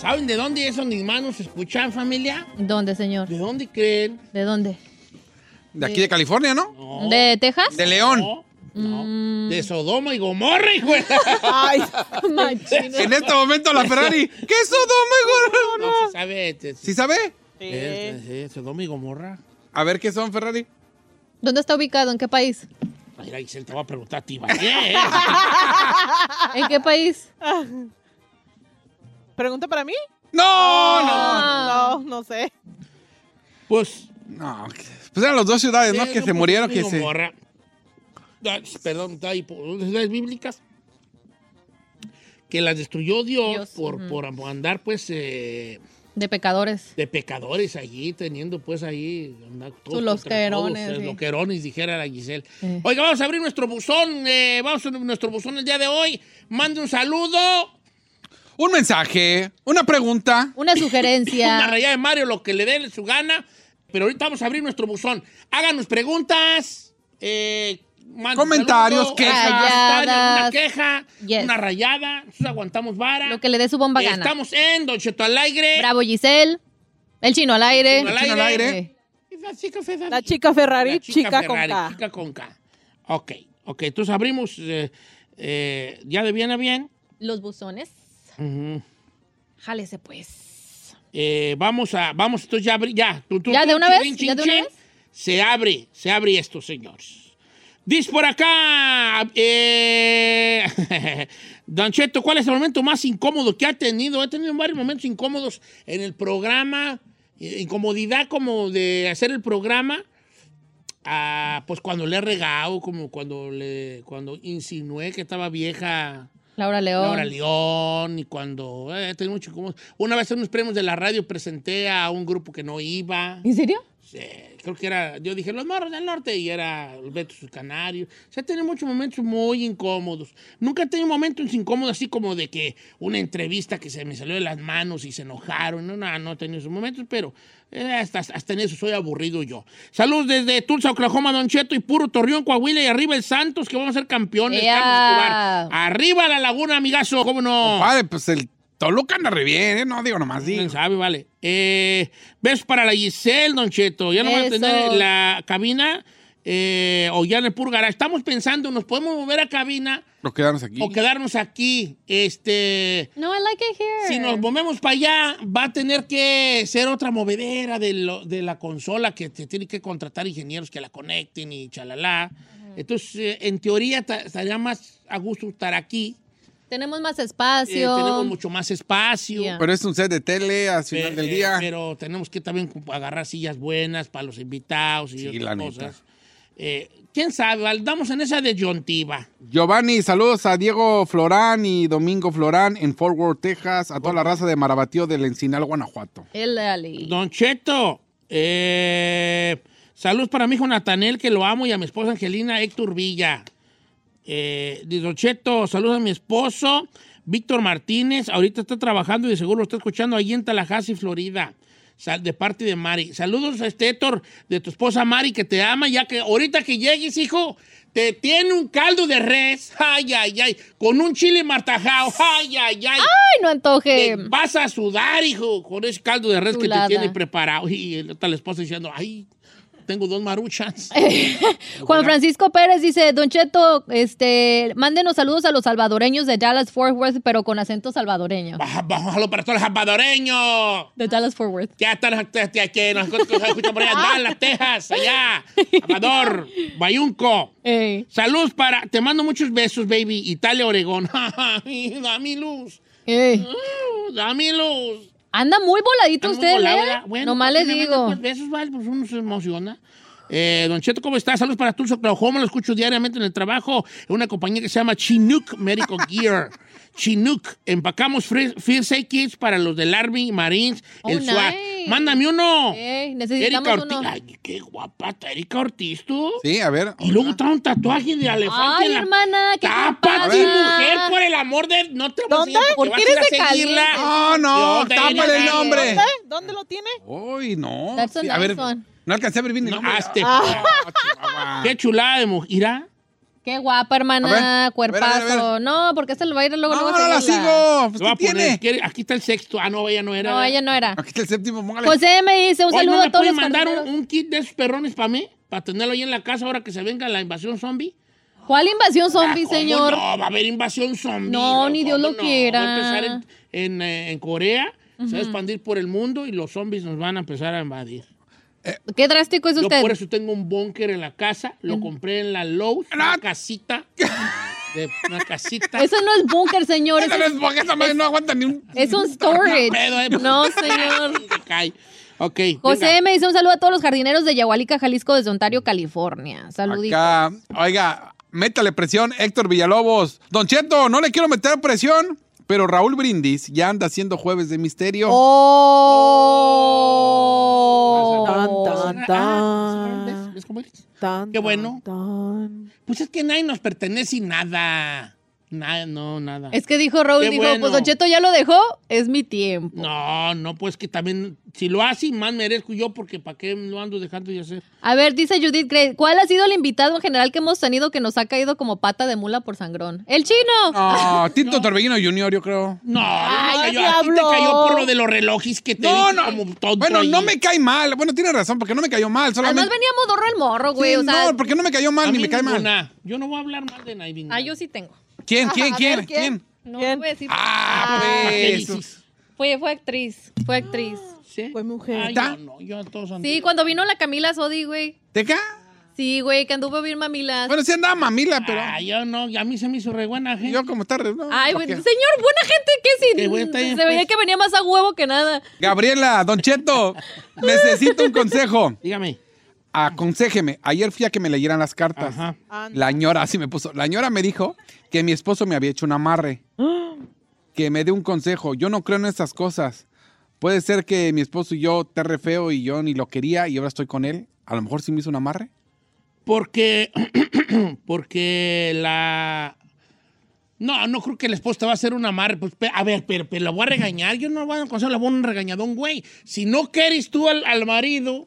S2: ¿Saben de dónde esos mis manos se escuchan, familia?
S5: ¿Dónde, señor?
S2: ¿De dónde creen?
S5: ¿De dónde?
S6: De aquí de California, ¿no?
S2: No,
S5: ¿De Texas?
S6: De León.
S2: No, no.
S6: Mm.
S2: De Sodoma y Gomorra, hijo. de-
S4: Ay,
S5: Machina.
S6: En este momento la Ferrari. ¿Qué es Sodoma y
S2: No,
S6: Gomorra?
S2: se sabe. este,
S6: ¿Sí sabe?
S2: Eh,
S4: sí.
S2: eh, Sodoma y Gomorra.
S6: A ver qué son, Ferrari.
S5: ¿Dónde está ubicado? ¿En qué país?
S2: Mira, Giselle, te voy a preguntar a ti, ¿eh? ¿vale?
S5: ¿En qué país?
S4: ¿Pregunta para mí?
S6: ¡No!
S5: Ah.
S4: No, no sé.
S2: Pues.
S6: No, pues eran las dos ciudades, ¿no?
S2: eh,
S6: Que
S2: no,
S6: se
S2: pues,
S6: murieron,
S2: Sodoma y
S6: que se...
S2: Gomorra. Ah, Perdón, está ahí. por- Ciudades bíblicas. Que las destruyó Dios,
S5: Dios,
S2: por,
S5: ujú.
S2: por andar, pues, eh,
S5: De pecadores.
S2: de pecadores allí, teniendo, pues, ahí. andar todos
S5: Sus los
S2: contra todos,
S5: querones,
S2: eh,
S5: sí.
S2: loquerones, dijera la Giselle.
S5: Eh.
S2: Oiga, vamos a abrir nuestro buzón. eh, vamos a abrir nuestro buzón el día de hoy. Mande un saludo.
S6: Un mensaje, una pregunta.
S5: Una
S2: Una
S5: sugerencia.
S2: rayada de Mario, lo que le den su gana. Pero ahorita vamos a abrir nuestro buzón. Háganos preguntas. eh, man-
S6: Comentarios,
S2: saludos,
S6: quejas.
S2: comentarios, Una
S8: Rayadas.
S2: queja,
S8: Yes.
S2: una rayada. Nosotros aguantamos vara. Eh,
S8: Lo que le dé su bomba gana.
S2: Estamos en Don Cheto al aire.
S8: Bravo, Giselle. El chino al aire.
S2: Chino al
S6: Chino al
S2: aire.
S6: aire.
S2: La chica Ferrari.
S4: La chica Ferrari,
S2: La
S4: chica, con
S2: Ferrari,
S4: K.
S2: chica con K. Ok, ok. Entonces abrimos eh, eh, ya de bien a bien.
S8: Los buzones.
S2: Ujú.
S8: Jálese, pues.
S2: Eh, vamos a, vamos, entonces ya abrí, ya. Tú, tú,
S8: ¿Ya
S2: tú,
S8: de una
S2: chirín,
S8: vez? ¿Ya de
S2: chin,
S8: una
S2: chin.
S8: vez?
S2: Se abre, se abre esto, señores. Dice por acá, eh, Don Cheto, ¿cuál es el momento más incómodo que ha tenido? He tenido varios momentos incómodos en el programa, eh, incomodidad como de hacer el programa, ah, pues cuando le he regado, como cuando le cuando insinué que estaba vieja
S8: Laura León.
S2: Laura León y cuando eh, he tenido mucho incómodo. Una vez en unos premios de la radio presenté a un grupo que no iba.
S8: ¿En serio?
S2: Sí, creo que era, yo dije Los Morros del Norte y era el Beto sus Canarios. O sea, he tenido muchos momentos muy incómodos. Nunca he tenido momentos incómodos así como de que una entrevista que se me salió de las manos y se enojaron. No, no, no he tenido esos momentos, pero eh, hasta, hasta en eso soy aburrido yo. Saludos desde Tulsa, Oklahoma, Don Cheto y Puro Torreón, Coahuila y arriba el Santos que vamos a ser campeones.
S8: ¡Ea!
S2: Carlos Escobar. Arriba la laguna, amigazo, ¿cómo no?
S6: Padre, pues el Toluca anda re bien, ¿eh? No digo nomás, digo.
S2: ¿Quién sabe, vale. Eh, besos para la Giselle, Don Cheto. Ya no van a
S8: Besos.
S2: tener la cabina eh, o ya en el Purgará. Estamos pensando, ¿nos podemos mover a cabina
S6: Nos quedamos aquí.
S2: o quedarnos aquí? Este.
S8: No, I like it here.
S2: Si nos movemos para allá, va a tener que ser otra movedera de, lo- de la consola que te tiene que contratar ingenieros que la conecten y chalala. Entonces, eh, en teoría, ta- estaría más a gusto estar aquí.
S8: Tenemos más
S2: Eh,
S8: espacio.
S2: tenemos mucho más espacio.
S8: Yeah.
S6: Pero es un set de tele al
S2: Pe-
S6: final del
S2: eh,
S6: día.
S2: Pero tenemos que también cu- agarrar sillas buenas para los invitados y
S6: Sí,
S2: otras
S6: la neta.
S2: cosas. Eh, ¿Quién sabe? Andamos en esa de Yontiva.
S6: Giovanni, saludos a Diego Florán y Domingo Florán en Fort Worth, Texas, a toda la raza de Marabatío del Encinal, Guanajuato.
S8: El Ali.
S2: Don Cheto, eh, saludos para mi hijo Natanel, que lo amo, y a mi esposa Angelina Héctor Villa. Eh, dice, Don Cheto, saludos a mi esposo, Víctor Martínez. Ahorita está trabajando y de seguro lo está escuchando ahí en Tallahassee, Florida. Sal- De parte de Mari. Saludos a este Héctor, de tu esposa Mari, que te ama, ya que ahorita que llegues, hijo, te tiene un caldo de res, ay, ay, ay, con un chile martajao, ay, ay, ay.
S8: Ay, no antoje.
S2: Te
S5: Em,
S2: vas a sudar, hijo, con ese caldo de res
S8: Chulada.
S2: que te tiene preparado. Y el- está la esposa diciendo, ay, tengo dos maruchas.
S8: Juan Francisco Pérez dice, Don Cheto, este, mándenos saludos a los salvadoreños de Dallas Fort Worth, pero con acento salvadoreño.
S2: Baja- Bájalo para todos los salvadoreños.
S8: De Dallas Fort Worth.
S2: Ya están las que nos escuchan por allá. Dallas, Texas, allá. Salvador, Bayunco.
S8: Ey.
S2: Saludos para. Te mando muchos besos, baby. Italia, Oregón. Ay, da mi luz.
S8: Ey.
S2: Uh, Da mi luz.
S8: Anda muy voladito
S2: Está muy
S8: usted,
S2: volado,
S8: ¿eh?
S2: ¿verdad? Bueno,
S8: Nomás le
S2: pues,
S8: digo.
S2: pues, besos, vale, pues uno se emociona. Eh, don Cheto, ¿cómo está? Saludos para Tulsa, Oklahoma. Lo escucho diariamente en el trabajo en una compañía que se llama Chinook Medical Gear. Chinook. Empacamos fri- First Aid Kits para los del Army, Marines,
S8: Oh,
S2: el SWAT.
S8: nice.
S2: Mándame uno.
S8: Ey,
S2: pues, Erika
S8: necesitamos
S2: Ortiz.
S8: uno.
S2: Ay, qué guapa está Erika Ortiz, tú.
S6: Sí, a ver.
S2: Y luego está un tatuaje de elefante.
S8: Ay,
S2: en la-
S8: hermana, ¿qué te
S2: Tápate,
S8: pasa?
S2: mujer, pues. por el amor de... No te vas a
S4: ¿Dónde?
S2: enseñar porque
S4: ¿Por
S2: vas
S4: qué
S2: a ir a
S4: eres de
S2: seguirla.
S4: caliente?
S6: No, no,
S2: Yo te diría
S6: tápale el
S2: que-
S6: nombre.
S4: ¿Dónde? ¿Dónde lo tiene?
S6: Uy, no.
S8: That's a
S6: a
S8: nice
S6: ver,
S8: one.
S6: no alcancé a ver bien el
S2: No,
S6: nombre.
S2: hazte.
S6: Ah, Chihuahua.
S2: Qué chulada de mujer. Mira.
S8: Qué guapa,
S6: A ver, a
S8: hermana,
S6: ver,
S8: cuerpazo.
S6: a ver, a
S8: No, porque esta lo va a ir luego.
S6: No,
S8: luego a
S6: no la
S8: seguirla.
S6: sigo. Pues,
S2: Lo voy a
S6: ¿Qué
S2: poner.
S6: tiene?
S2: ¿Quiere? Aquí está el sexto. Ah, no, ella no era.
S8: No, ella no era.
S6: Aquí está el séptimo, póngale.
S8: José me dice, un
S2: Oye,
S8: saludo
S2: ¿no me
S8: a todos
S2: puede
S8: los
S2: mandar un,
S8: carneros.
S2: un kit de esos perrones para mí? Para tenerlo ahí en la casa ahora que se venga la invasión zombie.
S8: ¿Cuál invasión zombie,
S2: Ah, ¿cómo
S8: señor?
S2: No, va a haber invasión zombie.
S8: No, ni Dios
S2: ¿cómo
S8: lo quiera.
S2: Va a empezar en, en, eh, en Corea, se va a expandir por el mundo y los zombies nos van a empezar a invadir.
S8: Qué drástico es
S2: Yo
S8: usted.
S2: por eso tengo un búnker en la casa, lo compré en la Lowe's, una casita. De una casita.
S8: Eso no es búnker, señor. Eso
S6: Esa no
S8: es,
S6: es porque esa madre no aguanta ni un.
S8: es un storage.
S2: Pedo, ¿eh?
S8: No, señor.
S2: Se cae. Ok.
S8: José
S2: venga.
S8: me dice un saludo a todos los jardineros de Yahualica, Jalisco, desde Ontario, California. Saluditos.
S6: Acá, oiga, métale presión, Héctor Villalobos. Don Cheto, no le quiero meter presión, pero Raúl Brindis ya anda haciendo jueves de misterio.
S8: ¡Oh!
S4: Tan, tan,
S2: Ah,
S4: tan.
S2: ¿Ves? ¿Ves cómo eres?
S4: Tan,
S2: Qué bueno.
S4: tan, tan.
S2: Pues es que nadie nos pertenece y nada. Nada, no, nada.
S5: Es que dijo Raúl,
S2: Qué
S5: dijo,
S2: bueno.
S5: pues Don Cheto ya lo dejó, es mi tiempo.
S2: No, no, pues que también, si lo hace, más merezco yo, porque ¿para qué lo ando dejando ya hacer?
S5: A ver, dice Judith Gray, ¿cuál ha sido el invitado en general que hemos tenido que nos ha caído como pata de mula por sangrón? ¡El chino!
S6: No, Ah, Tito Torbellino Junior, yo creo.
S2: No,
S8: Ay,
S2: yo- a ti te
S8: diablo.
S2: cayó por lo de los relojes que te
S6: No,
S2: vi
S6: no.
S2: como tonto
S6: Bueno,
S2: ahí.
S6: no me cae mal. Bueno, tiene razón, porque no me cayó mal.
S5: Además
S6: Solamente.
S5: venía modorro el morro, güey,
S6: Sí,
S5: o sea...
S6: no, porque no me cayó
S2: A
S6: mal, ni
S2: mí
S6: me cae mal.
S2: ninguna. Yo no voy a hablar mal de nadie.
S5: Ah, yo sí tengo.
S6: ¿Quién, quién,
S8: A
S6: quién,
S8: ver,
S6: quién?
S8: ¿quién?
S5: No,
S8: ¿Quién?
S5: voy a decir.
S6: Ah, pues.
S5: Fue, fue actriz, fue actriz.
S2: ¿Sí?
S8: Fue mujer.
S2: Ay, yo no, yo a todos ando-
S5: Sí, cuando vino la Camila Sodi, güey.
S6: ¿Te ca?
S5: Sí, güey, que anduvo bien mamilas.
S6: Bueno, sí andaba mamila, pero
S2: Ah, yo no, a mí se me hizo re buena gente.
S6: yo como tarde, ¿no?
S5: Ay, güey,
S6: Ok.
S5: señor, buena gente que sí.
S2: Que güey, está bien,
S5: se veía
S2: pues.
S5: que venía más a huevo que nada.
S6: Gabriela, Don Cheto, necesito un consejo.
S2: Dígame.
S6: Aconsejeme. Ayer fui a que me leyeran las cartas.
S2: Ajá.
S6: La ñora así me puso. La ñora me dijo que mi esposo me había hecho un amarre. Que me dé un consejo. Yo no creo en estas cosas. Puede ser que mi esposo y yo te re feo y yo ni lo quería y ahora estoy con él. A lo mejor sí me hizo un amarre.
S2: Porque, porque la... No, no creo que el esposo te va a hacer un amarre. Pues, pe- a ver, pero, pero la voy a regañar. Yo no voy a consejo, la voy a un regañadón, güey. Si no quieres tú al, al marido,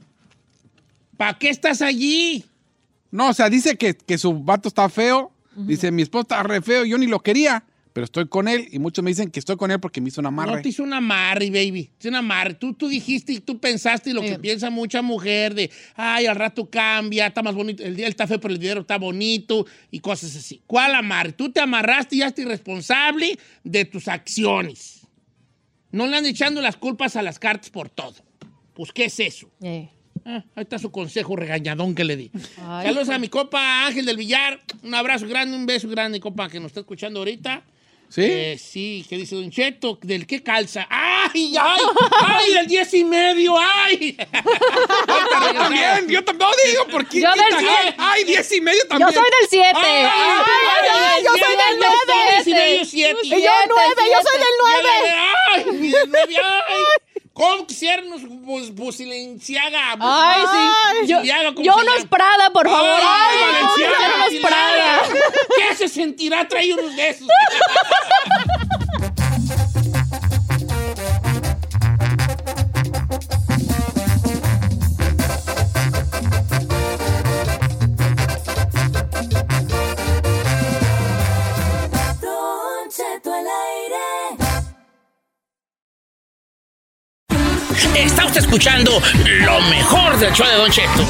S2: ¿para qué estás allí?
S6: No, o sea, dice que, que su vato está feo. Dice, mi esposo está re feo, yo ni lo quería. Pero estoy con él y muchos me dicen que estoy con él porque me hizo un amarre.
S2: No te hizo un amarre, baby. Es un amarre. Tú, tú dijiste y tú pensaste y lo que
S5: Sí.
S2: piensa mucha mujer de, ay, al rato cambia, está más bonito, el día está feo, pero el dinero está bonito y cosas así. ¿Cuál amarre? Tú te amarraste y ya estás irresponsable de tus acciones. No le han echando las culpas a las cartas por todo. Pues, ¿qué es eso?
S5: Eh.
S2: Ah, ahí está su consejo regañadón que le di.
S5: Ay.
S2: Saludos a mi copa Ángel del Villar. Un abrazo grande, un beso grande, copa, que nos está escuchando ahorita.
S6: ¿Sí?
S2: Eh, sí, que dice Don Cheto, ¿del qué calza? ¡Ay, ay! ¡Ay, del diez y medio! ¡Ay!
S6: Yo Ah, también, yo también, no digo por qué.
S5: Yo del
S6: quita-
S5: cien.
S6: Ay, diez y medio
S5: Yo
S6: también.
S5: soy del 7.
S2: ¡Ay,
S8: ay, yo soy del nueve.
S2: diez y medio, siete.
S8: Y yo nueve, yo soy del
S2: Ya
S8: nueve.
S2: le- ¡Ay, y del nueve! ¡Ay! ¿Cómo quisiernos busilenciaga? Pues,
S5: Ay, sí. Yo,
S2: Busilenciaga, ¿cómo
S5: yo
S2: se
S5: no es
S2: llama?
S5: Prada, por favor.
S2: ¡Ay,
S5: Yo
S2: Valenciaga,
S5: no es Prada.
S2: Valenciaga! ¿Qué se sentirá traer unos de esos? Está usted escuchando lo mejor del show de Don Cheto.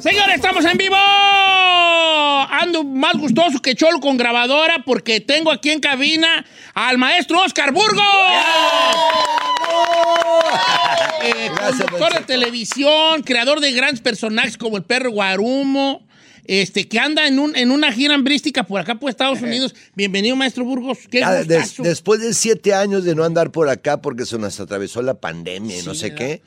S2: Señores, estamos en vivo. Ando más gustoso que Cholo con grabadora porque tengo aquí en cabina al maestro Oscar Burgos. Eh, conductor de televisión, creador de grandes personajes como el perro Guarumo, este, que anda en, un, en una gira hambrística por acá por Estados Unidos. Bienvenido, maestro Burgos. Qué
S9: Ya des-
S2: gustazo.
S9: después de siete años de no andar por acá porque se nos atravesó la pandemia y no
S2: Sí,
S9: sé
S2: ¿verdad?
S9: qué,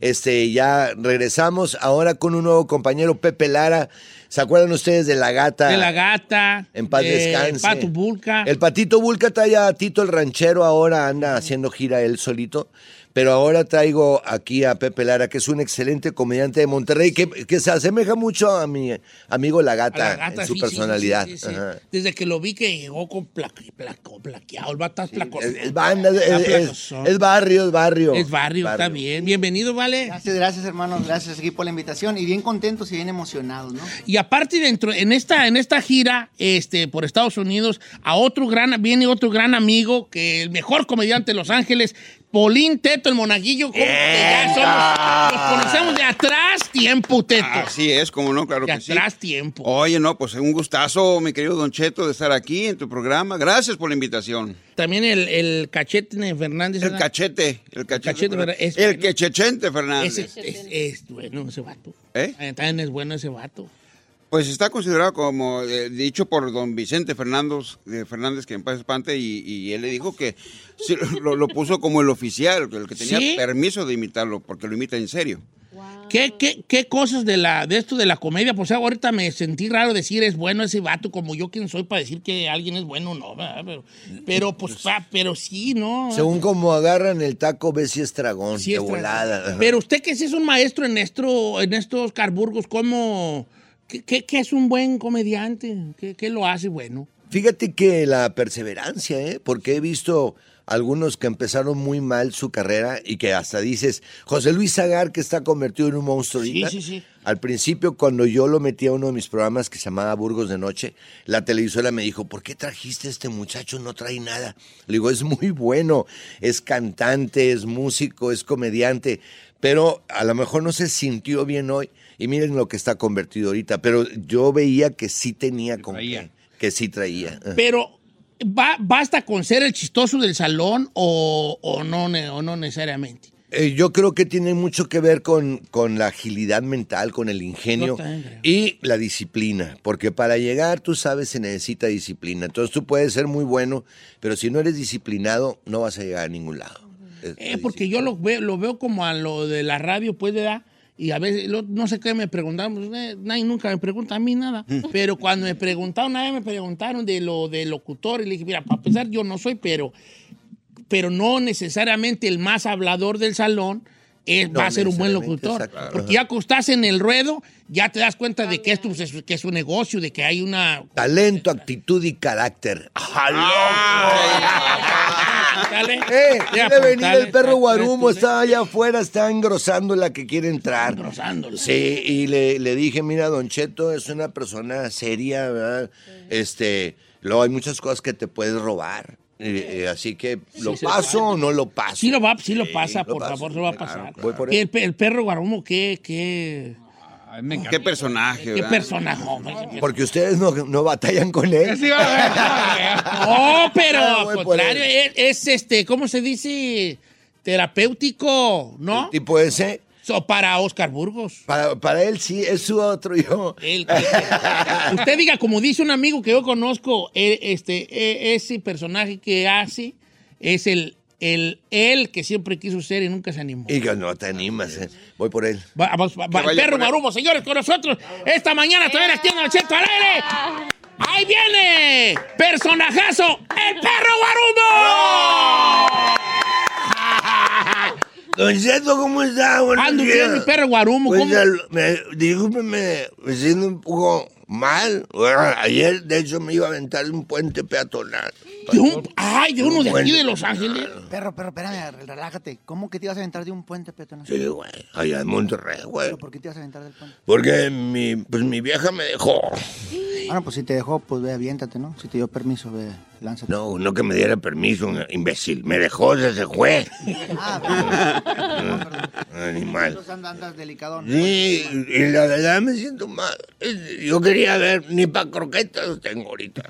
S9: este, ya regresamos ahora con un nuevo compañero, Pepe Lara. ¿Se acuerdan ustedes de la gata?
S2: de la gata.
S9: En paz
S2: de
S9: descanse.
S2: Pato Bulca.
S9: El patito Bulca trae a Tito el ranchero, ahora anda haciendo gira él solito. Pero ahora traigo aquí a Pepe Lara, que es un excelente comediante de Monterrey, que, que se asemeja mucho a mi amigo La
S2: A la
S9: Gata,
S2: gata,
S9: en su
S2: sí, sí,
S9: personalidad.
S2: sí, sí, sí.
S9: Ajá.
S2: Desde que lo vi que llegó con placa, placo, plaqueado, el vato es placo.
S9: Es, es banda, es,
S2: Está
S9: es-
S2: placozón.
S9: es barrio, es barrio.
S2: Es barrio, está bien. Bienvenido, vale.
S10: Gracias, gracias hermanos, gracias aquí por la invitación y bien contentos y bien emocionados, ¿no?
S2: Y aparte dentro, en esta, en esta gira, este, por Estados Unidos, a otro gran, viene otro gran amigo, que el mejor comediante de Los Ángeles, Paulín Teto, el monaguillo, como que ya somos, nos conocemos de atrás tiempo, Teto.
S9: Ah,
S11: Así es, como no, claro
S2: de
S11: que sí.
S2: atrás tiempo.
S11: Oye, no, pues un gustazo, mi querido Don Cheto, de estar aquí en tu programa. Gracias por la invitación.
S2: También el, el cachete Fernández.
S11: El
S2: ¿verdad?
S11: cachete, el cachete.
S2: Cachete,
S11: Fernández.
S2: ¿verdad? Es
S11: el
S2: bueno.
S11: quechechente
S2: Ese
S11: Fernández.
S2: es, es- es bueno ese vato.
S11: ¿Eh?
S2: También es bueno ese vato.
S11: Pues está considerado como eh, dicho por don Vicente Fernández, eh, Fernández que en paz espante, y, y él le dijo que sí, lo, lo puso como el oficial, el que tenía
S2: ¿Sí?
S11: permiso de imitarlo, porque lo imita en serio.
S2: ¿Qué, qué, qué cosas de, la, de esto de la comedia? Pues ahorita me sentí raro decir es bueno ese vato, como yo quien soy para decir que alguien es bueno, no, ¿verdad? pero, pero pues pa- pero sí, ¿no?
S12: Según como agarran el taco, ves si es dragón,
S2: Sí
S12: de
S2: es dragón.
S12: volada.
S2: Pero usted que sí es un maestro en, esto, en estos carburgos, ¿cómo, qué, qué- qué es un buen comediante? ¿Qué, qué lo hace bueno?
S12: Fíjate que la perseverancia, ¿eh? porque he visto algunos que empezaron muy mal su carrera y que hasta dices, José Luis Zagar, que está convertido en un monstruo ahorita.
S2: sí, sí.
S12: Al principio, cuando yo lo metí a uno de mis programas que se llamaba Burgos de Noche, la televisora me dijo, ¿por qué trajiste a este muchacho? No trae nada. Le digo, es muy bueno, es cantante, es músico, es comediante, pero a lo mejor no se sintió bien hoy. Y miren lo que está convertido ahorita, pero yo veía que sí tenía con qué, que sí traía.
S2: Pero ¿ba- basta con ser el chistoso del salón o, o no, ne- o no necesariamente.
S12: Eh, yo creo que tiene mucho que ver con, con la agilidad mental, con el
S2: Yo
S12: ingenio
S2: también creo.
S12: y la disciplina, porque para llegar, tú sabes, se necesita disciplina. Entonces tú puedes ser muy bueno, pero si no eres disciplinado, no vas a llegar a ningún lado. Es-
S2: Eh, porque yo lo veo, lo veo como a lo de la radio, pues, ¿verdad? Y a veces, lo- no sé qué me preguntaron, pues, eh, nadie nunca me pregunta a mí nada.
S12: Mm.
S2: Pero cuando me preguntaron, nadie me preguntaron de lo del locutor. Y le dije, mira, para empezar, yo no soy, pero, pero no necesariamente el más hablador del salón eh,
S12: No
S2: va a ser un buen
S12: necesariamente,
S2: locutor.
S12: exacto.
S2: Porque ya cuando estás en el ruedo, ya te das cuenta de que esto pues, es, que es un negocio, de que hay una...
S12: Talento, actitud y carácter.
S2: Dale.
S12: ¡Eh!
S2: Ya,
S12: Quiere venir
S2: dale,
S12: el perro
S2: dale,
S12: guarumo, está allá afuera, está engrosando la que quiere entrar.
S2: Engrosándola.
S12: Sí, y le, le dije, mira, Don Cheto es una persona seria, ¿verdad? Este, luego hay muchas cosas que te puedes robar. Eh, eh, así que, ¿lo
S2: Sí, se
S12: paso
S2: vale.
S12: o no lo paso?
S2: Sí lo va, sí lo
S12: Sí,
S2: pasa,
S12: lo
S2: por
S12: paso.
S2: favor, lo va a
S12: Claro,
S2: pasar.
S12: voy por
S2: Que
S12: él.
S2: el, pe- el perro guarumo, qué, qué,
S11: Qué personaje,
S2: qué
S11: ¿verdad?
S2: personaje. hombre.
S12: Porque ustedes no, no batallan con él.
S2: No, pero
S12: Ah,
S2: al
S12: voy por
S2: contrario, es, es, este, ¿cómo se dice? Terapéutico, ¿no?
S12: Tipo ese.
S2: So, para Oscar Burgos.
S12: Para, para él sí, es su otro Ah, yo.
S2: Él- Usted diga, como dice un amigo que yo conozco, eh, este, eh, ese personaje que hace es el, el él que siempre quiso ser y nunca se animó.
S12: Y que no te animas. eh. Voy por él.
S2: Va- va- va- el perro Guarumo, señores, con nosotros esta mañana todavía les tiene Don Cheto al aire. ¡Ahí viene! ¡Personajazo! ¡El perro Guarumo!
S12: Don Cheto, ¿cómo está? Buenos
S2: Ando
S12: días.
S2: bien, mi perro Guarumo.
S12: Pues,
S2: ¿cómo?
S12: al- me- discúlpeme, me siento un poco mal. Bueno, Ayer, de hecho, me iba a aventar de un puente peatonal.
S2: De un- ¡Ay, de uno de aquí
S12: Bueno.
S2: de Los Ángeles!
S10: Perro, perro, espérame, relájate. ¿Cómo que te ibas a aventar de un puente peatonal?
S12: Sí, güey, allá en Monterrey, güey.
S10: ¿Pero por qué te ibas a aventar del puente?
S12: Porque mi, pues, mi vieja me dejó.
S10: Bueno, pues si te dejó, pues ve, aviéntate, ¿no? Si te dio permiso, ve, lánzate.
S12: No, no que me diera permiso, un imbécil. Me dejó, se se fue.
S10: Ah,
S12: Animal.
S10: Entonces andas, andas delicadón.
S12: Sí, y la verdad me siento mal. Yo quería ver, ni para croquetas tengo ahorita.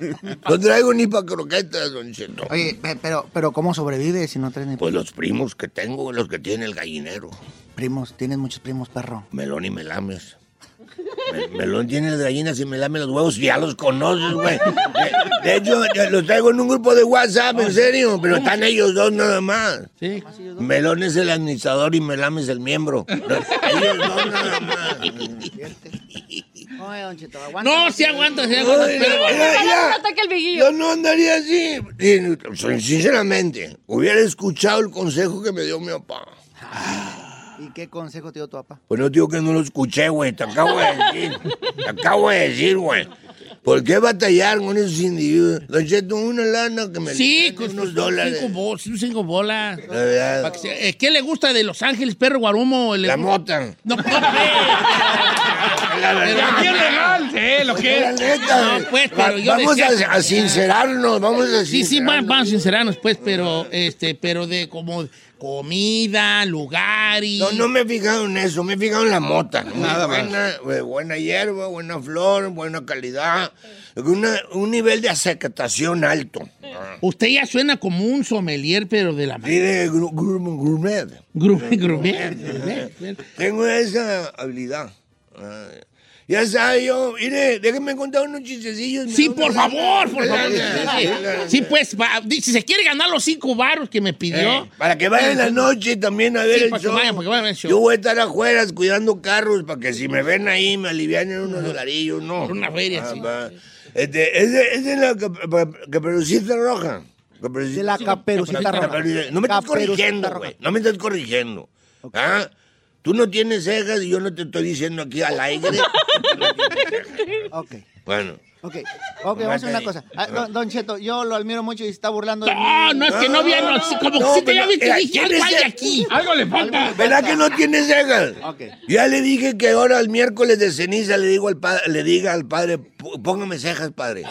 S12: No traigo ni para croquetas, don Cheto.
S10: Oye, Eh, pe- pero, pero ¿cómo sobrevives si no traes ni
S12: Pues los primos que tengo, los que tiene el gallinero.
S10: primos? Tienes muchos primos, perro.
S12: Melón y melames. Me- melón tiene las gallinas y melame los huevos, ya los conoces, güey. De- De, hecho, ya los traigo en un grupo de WhatsApp, en serio, pero están ellos dos nada más.
S2: Sí.
S12: Melón es el administrador y melame es el miembro. Ellos dos nada más.
S10: Oye, don Cheto,
S2: No, sí aguanta, sí aguanta.
S12: Ay,
S2: Pero,
S12: ay, ay, ay. Yo no andaría así. Y, sin- Sinceramente, hubiera escuchado el consejo que me dio mi papá.
S10: ¿Y qué consejo te dio tu papá?
S12: Pues no digo que no lo escuché, güey. Te acabo de decir. Te acabo de decir, güey. ¿Por qué batallar con esos individuos? Don Cheto, una lana que me
S2: sí,
S12: den
S2: con
S12: unos
S2: dólares.
S12: dólares.
S2: Cinco, bo- cinco bolas.
S12: La verdad.
S2: Pa' que sea- eh, ¿Qué le gusta de Los Ángeles, perro Guarumo? ¿Le
S12: La
S2: gusta?
S12: mota.
S2: No, legal, sí, lo que
S12: La neta,
S2: No, pues,
S12: güey.
S2: pero yo
S12: vamos
S2: decía-
S12: a, a sincerarnos, vamos a
S2: Sí, sí, van-
S12: sincerarnos.
S2: vamos sincerarnos, pues, pero, este, pero de como comida, lugar y...
S12: No, no me he fijado en eso, me he fijado en la mota.
S11: Nada más.
S12: buena, eh, buena hierba, buena flor, buena calidad. Una- un nivel de aceptación alto.
S2: Usted ya suena como un sommelier, pero de la
S12: Sí,
S2: mano.
S12: de gru- gru- gourmet.
S2: Grume, grume.
S12: Tengo esa habilidad. Ah, Ya sabe yo, mire, déjenme contar unos chistecillos.
S2: Sí, por favor, por favor. Sí, sí. Sí, pues, va- di- si se quiere ganar los cinco baros que me pidió.
S12: Eh, para que vayan la noche también a ver
S2: Sí,
S12: el
S2: para que
S12: show.
S2: vayan, para que vayan al show.
S12: Yo voy a estar afuera cuidando carros para que si me ven ahí me alivianen unos dolarillos, ¿no?
S2: Una feria, sí.
S12: Ah, va. Este, esa esa es la cap- cap- caperucita roja.
S10: De la caperucita roja.
S12: Caperucita- No me estás
S10: Caperucita
S12: corrigiendo,
S10: roja.
S12: güey. No me estás corrigiendo. ¿Ah? Tú no tienes cejas y yo no te estoy diciendo aquí al aire.
S10: Ok,
S12: bueno.
S10: ok. Ok, vamos a hacer una cosa. Ah, don, don Cheto, yo lo admiro mucho y se está burlando de mí.
S2: No, no, es que no había, no, sí, como que sí te había visto,
S12: eh,
S2: dije,
S12: ¿quién
S2: algo
S12: es
S2: hay
S12: el-
S2: aquí. Algo le falta.
S12: ¿Verdad que no tiene cejas?
S10: Ok.
S12: Ya le dije que ahora el miércoles de ceniza le digo al padre, le diga al padre, "P- póngame cejas, padre.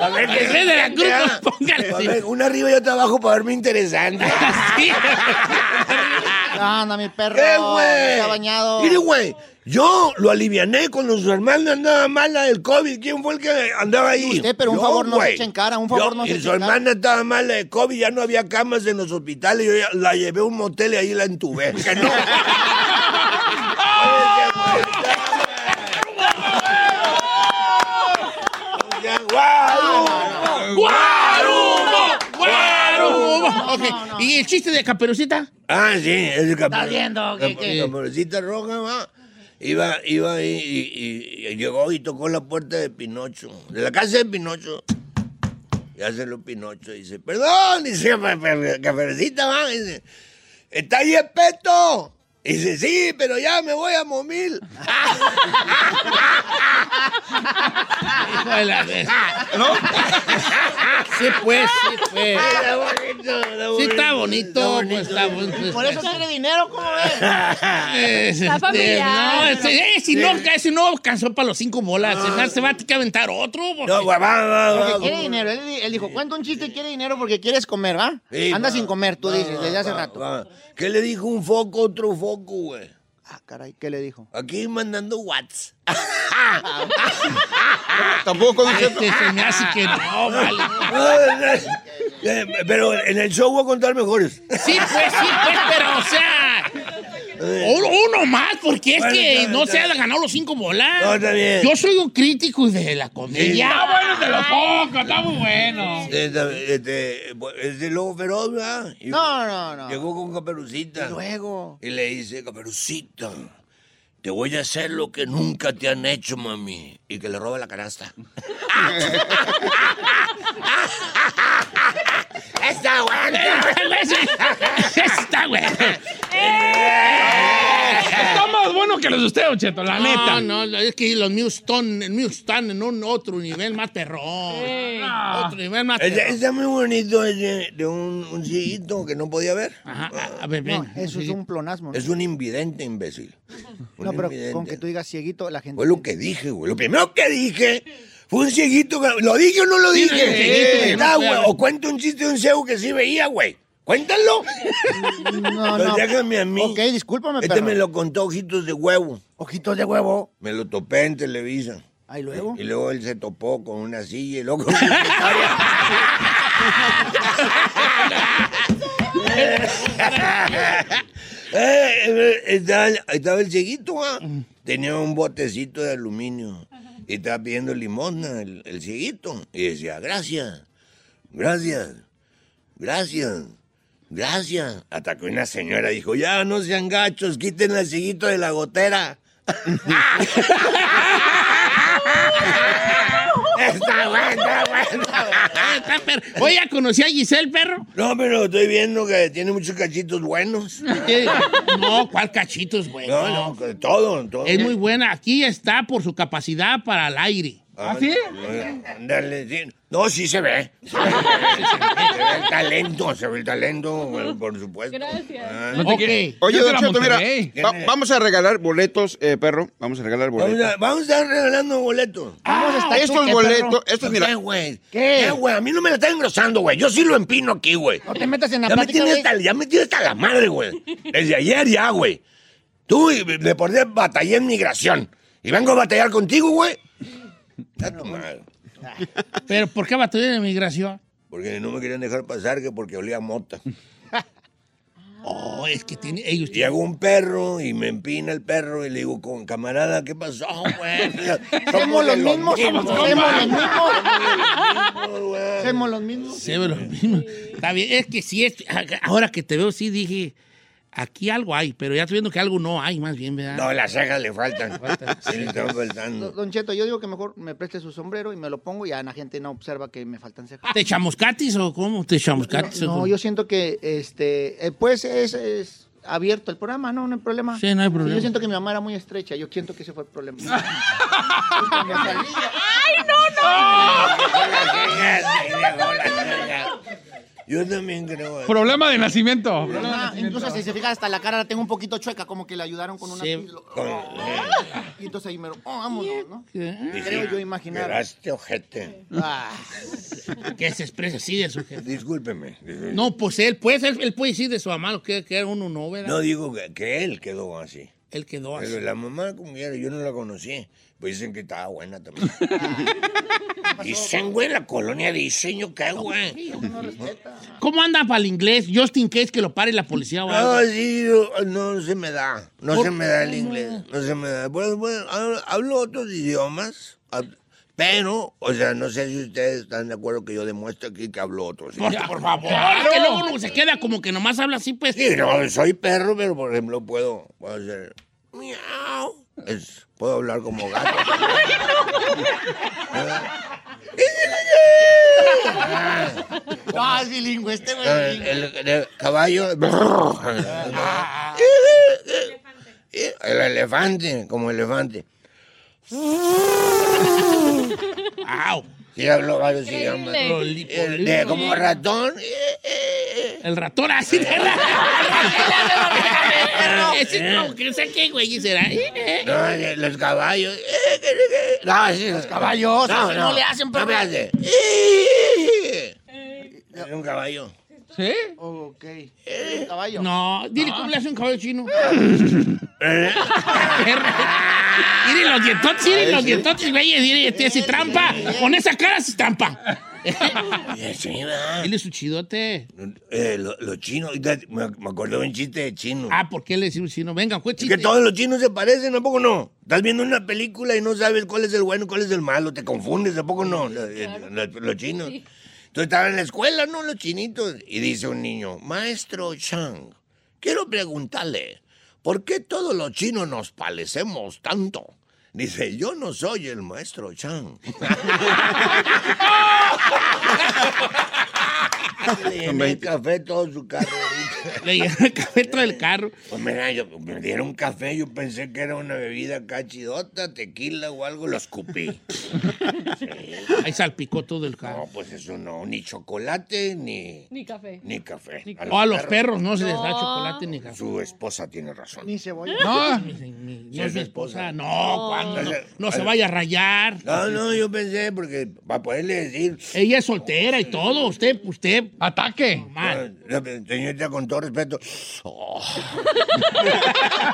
S12: A ver
S2: Que sea de la cruz,
S12: Ya.
S2: póngale.
S12: A ver, una arriba y otra abajo para verme interesante.
S10: Anda, mi perro.
S12: ¡Eh, güey!
S10: Está bañado.
S12: Mire, güey, yo lo aliviané cuando su hermana andaba mala del COVID. ¿Quién fue el que andaba ahí?
S10: Usted, pero un
S12: Yo,
S10: favor no se
S12: güey.
S10: eche en cara, un favor
S12: Yo-
S10: no se
S12: Y su
S10: eche en cara.
S12: hermana estaba mala de COVID, ya no había camas en los hospitales. Yo ya la llevé a un motel y ahí la entubé. Que no.
S2: ¡Guarumo! ¡Guarumo! Ok, ¿y el chiste de Caperucita?
S12: Ah, sí, es el
S2: Está viendo que- que-
S12: Caperucita roja, va. Iba, iba ahí y, y- y llegó y tocó la puerta de Pinocho, de la casa de Pinocho. Y hace lo Pinocho y dice, perdón, dice "Cafe- Cafe- Caperucita, va, dice, ¿está ahí el peto? Y dice, sí, pero ya me voy a momil.
S2: Hijo de la de- Sí, pues, sí, pues.
S12: Está bonito, está
S2: Sí, está
S12: está
S2: bonito, pues, está bonito.
S10: Por eso quiere dinero, ¿cómo ves?
S2: Es,
S5: Está
S2: este,
S5: familiar.
S2: no, este, eh, si no, ese no alcanzó para los cinco bolas. Se- Se va a tener que aventar otro. porque-
S12: No, güey, va, va, va,
S10: Porque
S12: va.
S10: quiere dinero. Él, él dijo, cuenta un chiste, quiere dinero porque quieres comer, ¿va?
S12: Sí,
S10: Anda
S12: va,
S10: sin comer, tú
S12: va,
S10: dices, desde hace
S12: va,
S10: rato.
S12: va. ¿Qué le dijo un foco a otro foco, güey?
S10: Ah, caray, ¿qué le dijo?
S12: Aquí mandando whats.
S11: Tampoco Don Cheto.
S2: Este, se me hace que no, vale.
S12: Eh, Pero en el show voy a contar mejores.
S2: Sí, pues, sí, pues, pero, o sea. Uno, uno más, porque
S12: Eh.
S2: es
S12: Bueno,
S2: que
S12: está bien,
S2: no
S12: está
S2: se han
S12: bien.
S2: ganado los cinco bolas.
S12: No, está bien.
S2: Yo soy un crítico de la comedia.
S12: Está
S2: bueno de los pocos, está muy bueno.
S12: Este, este, es de lobo feroz, ¿verdad? Y
S10: No, no, no.
S12: Llegó con Caperucita.
S10: Luego.
S12: Y le dice, Caperucita, te voy a hacer lo que nunca te han hecho, mami. Y que le roba la canasta. ¡Está bueno!
S2: Está bueno.
S13: Está más bueno que los de usted, Don Cheto,
S6: Ah.
S13: la neta.
S2: No, no, es que los míos están, míos están en un otro nivel más perrón. Otro nivel más
S12: Está,
S2: perrón.
S12: muy bonito ese de un, un cieguito que no podía ver.
S2: Ajá, a- a ver, ven.
S10: No, eso es un plonasmo. ¿no?
S12: Es un invidente, imbécil. Un
S10: No, pero
S12: invidente.
S10: con que tú digas cieguito, la gente.
S12: Fue lo que dije, güey. Lo primero que dije fue un cieguito. que- ¿Lo dije o no lo dije?
S2: no, un cieguito que no
S12: Está,
S2: puede
S12: güey.
S2: ver.
S12: O cuento un chiste de un ciego que sí veía, güey. Cuéntalo.
S10: No,
S12: Pero
S10: no.
S12: déjame a mí.
S10: Ok, discúlpame,
S12: este
S10: perro.
S12: me lo contó ojitos de huevo.
S10: Ojitos de huevo.
S12: Me lo topé en Televisa.
S10: Ahí luego.
S12: Y luego él se topó con una silla y luego con una secretaria. Eh, eh, estaba, el- estaba el cieguito, ah. tenía un botecito de aluminio y estaba pidiendo limosna el, el cieguito. Y decía, gracias, gracias, gracias, gracias. Hasta que una señora dijo, ya no sean gachos, quiten al cieguito de la gotera. Está bueno, está bueno.
S2: Ah, está perro. Oye, ya conocí a Giselle, perro.
S12: No, pero estoy viendo que tiene muchos cachitos buenos.
S2: Eh, No, cuál cachitos, güey.
S12: No, no, que todo, todo.
S2: Es muy buena. Aquí está por su capacidad para el aire.
S12: ¿Ah, sí? Ándale, sí. No, sí se ve. Se ve, se ve el talento, se ve el talento, güey, por supuesto.
S8: Gracias.
S12: Ah.
S13: No te
S2: Ok.
S13: quiero-
S11: Oye,
S13: Yo te
S11: Don
S13: la
S11: Cheto, mira,
S13: Monterrey.
S11: va- vamos a regalar boletos, eh, perro. Vamos a regalar
S12: Vamos
S11: boletos.
S12: a, vamos a estar regalando boletos.
S10: Vamos a estar
S11: Estos
S10: chuque,
S11: boletos,
S10: perro.
S11: estos,
S12: ¿Qué,
S11: mira,
S12: güey?
S10: ¿Qué?
S12: ¿Qué, güey? A mí no me la está engrosando, güey. Yo sí lo empino aquí, güey.
S2: Ah,
S10: No te metas en la
S12: Ya me,
S10: plática.
S12: tiene
S10: güey.
S12: hasta, ya me tiene hasta la madre, güey. Desde ayer ya, güey. Tú y de por qué batallé en migración. Y vengo a batallar contigo, güey. Ya tu madre.
S2: Pero ¿por qué batalló en la migración?
S12: Porque no me querían dejar pasar que porque olía a mota.
S2: Oh, es que tiene, ellos
S12: Llega un perro y me empina el perro y le digo, con camarada, ¿qué pasó, güey?
S4: Somos los
S12: de
S4: mismos, somos
S12: mismos,
S4: somos los
S12: güey.
S4: mismos.
S10: Hacemos los mismos.
S2: Sí, pero mismo. Está bien, es que sí, es- ahora que te veo, sí dije, aquí algo hay, pero ya estoy viendo que algo no hay, más bien, ¿verdad?
S12: No, las cejas le faltan. Sí, le están
S10: Don-
S12: faltando.
S10: Don Cheto, yo digo que mejor me preste su sombrero y me lo pongo y ya la gente no observa que me faltan cejas.
S2: ¿Te chamuscatis o cómo? ¿Te chamuscatis? o
S10: No,
S2: cómo?
S10: yo siento que, este, eh, pues es, es abierto el programa, no, no hay problema.
S2: Sí, no hay problema.
S10: Yo siento que mi mamá era muy estrecha, yo siento que ese fue el problema.
S4: ¡Ay, no,
S12: no! Yo también creo. eh.
S13: Problema de nacimiento.
S10: Ah, incluso si se fija hasta la cara la tengo un poquito chueca, como que le ayudaron con una...
S12: Con-
S10: Y entonces ahí me lo... Oh, vámonos, ¿no?
S12: Dije,
S10: Creo yo imaginar. Ah.
S12: "Veraste, ojete.
S2: Que se expresa así de su gente.
S12: Discúlpeme.
S2: No, pues él, pues él, él puede decir de su mamá lo que, que era Oh, uno, ¿no? ¿verdad?
S12: No digo que, que él quedó así.
S2: Él quedó así.
S12: Pero la mamá, como quiera, yo no la conocí. Pues dicen que estaba buena también.
S10: Ah.
S12: dicen, güey, la colonia dicen, yo qué, güey.
S2: ¿Cómo andan para el inglés? Justin Case que lo pare la policía o algo.
S12: No, sí, yo- no se me da. No
S2: ¿Por
S12: se me da el
S2: qué?
S12: inglés. No se me da. Bueno, bueno, hablo, hablo otros idiomas. hab- Pero, o sea, no sé si ustedes están de acuerdo que yo demuestre aquí que hablo otros
S2: Por,
S12: idiomas.
S2: por favor. Es que luego uno se queda como que nomás habla así, pues.
S12: Sí, no, soy perro, pero por ejemplo puedo, puedo hacer. Miau. Es- puedo hablar como gato.
S10: No, es bilingüe este, güey.
S12: El, el- el caballo.
S2: Ah.
S12: El elefante, como elefante.
S2: ¡Au!
S12: Sí, hablo varios idiomas.
S2: Increíble. Loli- pues.
S12: El Eh, de- como ratón. eh,
S2: El ratón así de Ese es como que sé qué, güey, y será. eh, eh.
S12: No, de- los caballos. eh, No, sí, los
S10: caballos,
S12: No,
S10: así
S12: no,
S10: no le hacen,
S12: no me
S10: perro.
S12: hace. Es un caballo.
S2: ¿Sí?
S10: Ok. ¿Un caballo?
S2: Eh, No, dile cómo le hace un caballo chino. Dile los dientotes, dile los dientotes, güey. Dile, este, si trampa. Con esa cara, si trampa. Dile su chidote.
S12: ah, Eh, lo- los chinos, ahorita me, me acordé de un chiste de chino.
S2: Ah, ¿por qué le decimos chino? Venga, fue
S12: Es
S2: chiste.
S12: que todos los chinos se parecen, ¿a poco no? Estás viendo una película y no sabes cuál es el bueno y cuál es el malo, te confundes, ¿a poco no? Los, eh, los- los chinos. Entonces estaban en la escuela, ¿no? Los chinitos. Y dice un niño, maestro Chang, quiero preguntarle, ¿por qué todos los chinos nos parecemos tanto? Dice, yo no soy el maestro Chang. Le llené el café todo su carro.
S2: Le llené el café todo el carro.
S12: Pues mira, yo, me dieron café, yo pensé que era una bebida acá chidota, tequila o algo, lo escupí.
S2: Ahí salpicó todo el carro.
S12: No, pues eso no, ni chocolate, ni,
S8: Ni café.
S12: ni café.
S2: O a los perros no se les da chocolate ni café.
S12: Su esposa tiene razón.
S10: Ni cebolla.
S2: No.
S12: Sí,
S2: No es mi esposa. No, cuando. No,
S12: Entonces,
S2: no se
S12: al-
S2: vaya a rayar.
S12: No, no, yo pensé, porque para poderle decir.
S2: Ella es soltera y todo. Usted, usted.
S13: Ataque.
S2: Normal.
S12: La señorita, con todo respeto. oh,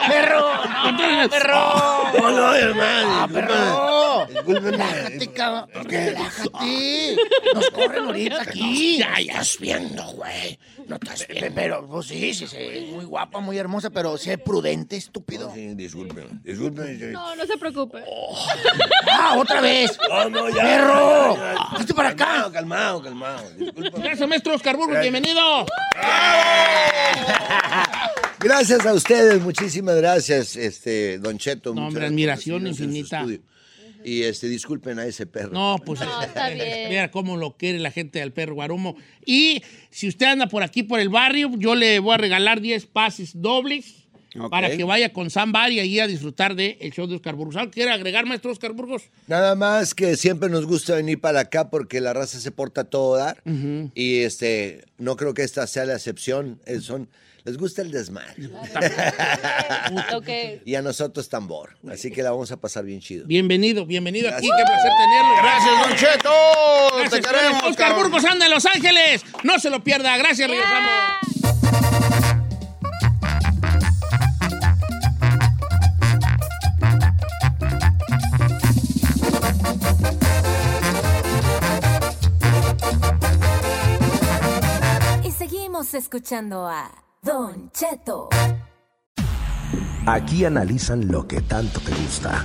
S10: ¡Perro!
S2: ¡No,
S10: perro!
S12: no, no, hermano.
S10: perro!
S12: discúlpame, discúlpame.
S10: Relájate, cabrón.
S12: Es que-
S10: Relájate. Ah. Nos corren ahorita aquí.
S12: Ya, ya estás viendo, güey. No estás viendo.
S10: Pero, pues sí, sí, sí. Muy guapa, muy hermosa, pero sé prudente, estúpido.
S12: Sí, discúlpeme, discúlpeme. sí.
S8: No, no se preocupe.
S2: Oh,
S10: ¡Ah, otra vez!
S12: No, no, ya.
S10: ¡Perro!
S12: ¡Viste para acá! Calmado, calmado, calmado. Disculpa.
S2: Gracias, maestro Oscar Burgos.
S12: Gracias.
S2: Bienvenido.
S12: Gracias a ustedes, muchísimas gracias, este, Don Cheto.
S2: No,
S12: muchas
S2: hombre,
S12: gracias
S2: admiración
S12: por recibirnos en su
S2: infinita.
S12: estudio. Y este, disculpen a ese perro.
S2: No, pues.
S8: No, está bien.
S2: Mira cómo lo quiere la gente del perro Guarumo. Y si usted anda por aquí, por el barrio, yo le voy a regalar 10 pases dobles
S11: Ok.
S2: para que vaya con Sam y ahí a disfrutar del show de Oscar Burgos. ¿Algo ¿Quiere agregar, maestro Oscar Burgos?
S12: Nada más que siempre nos gusta venir para acá porque la raza se porta a todo dar. Y este, no creo que esta sea la excepción. Eh, Son, les gusta el desmadre.
S8: Ok.
S12: y a nosotros tambor. Así que la vamos a pasar bien chido.
S2: Bienvenido, bienvenido aquí. Qué placer tenerlo.
S11: Gracias, Don Cheto.
S2: Gracias,
S11: Te
S2: señores.
S11: queremos.
S2: Oscar
S11: cabrón.
S2: Burgos anda en Los Ángeles. No se lo pierda. Gracias, regresamos.
S14: Y seguimos escuchando a Don Cheto.
S15: Aquí analizan lo que tanto te gusta.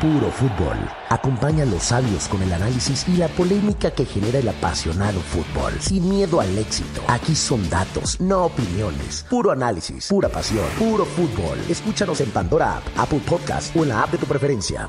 S15: Puro fútbol. Acompaña a los sabios con el análisis y la polémica que genera el apasionado fútbol. Sin miedo al éxito. Aquí son datos, no opiniones. Puro análisis, pura pasión, puro fútbol. Escúchanos en Pandora App, Apple Podcast o en la app de tu preferencia.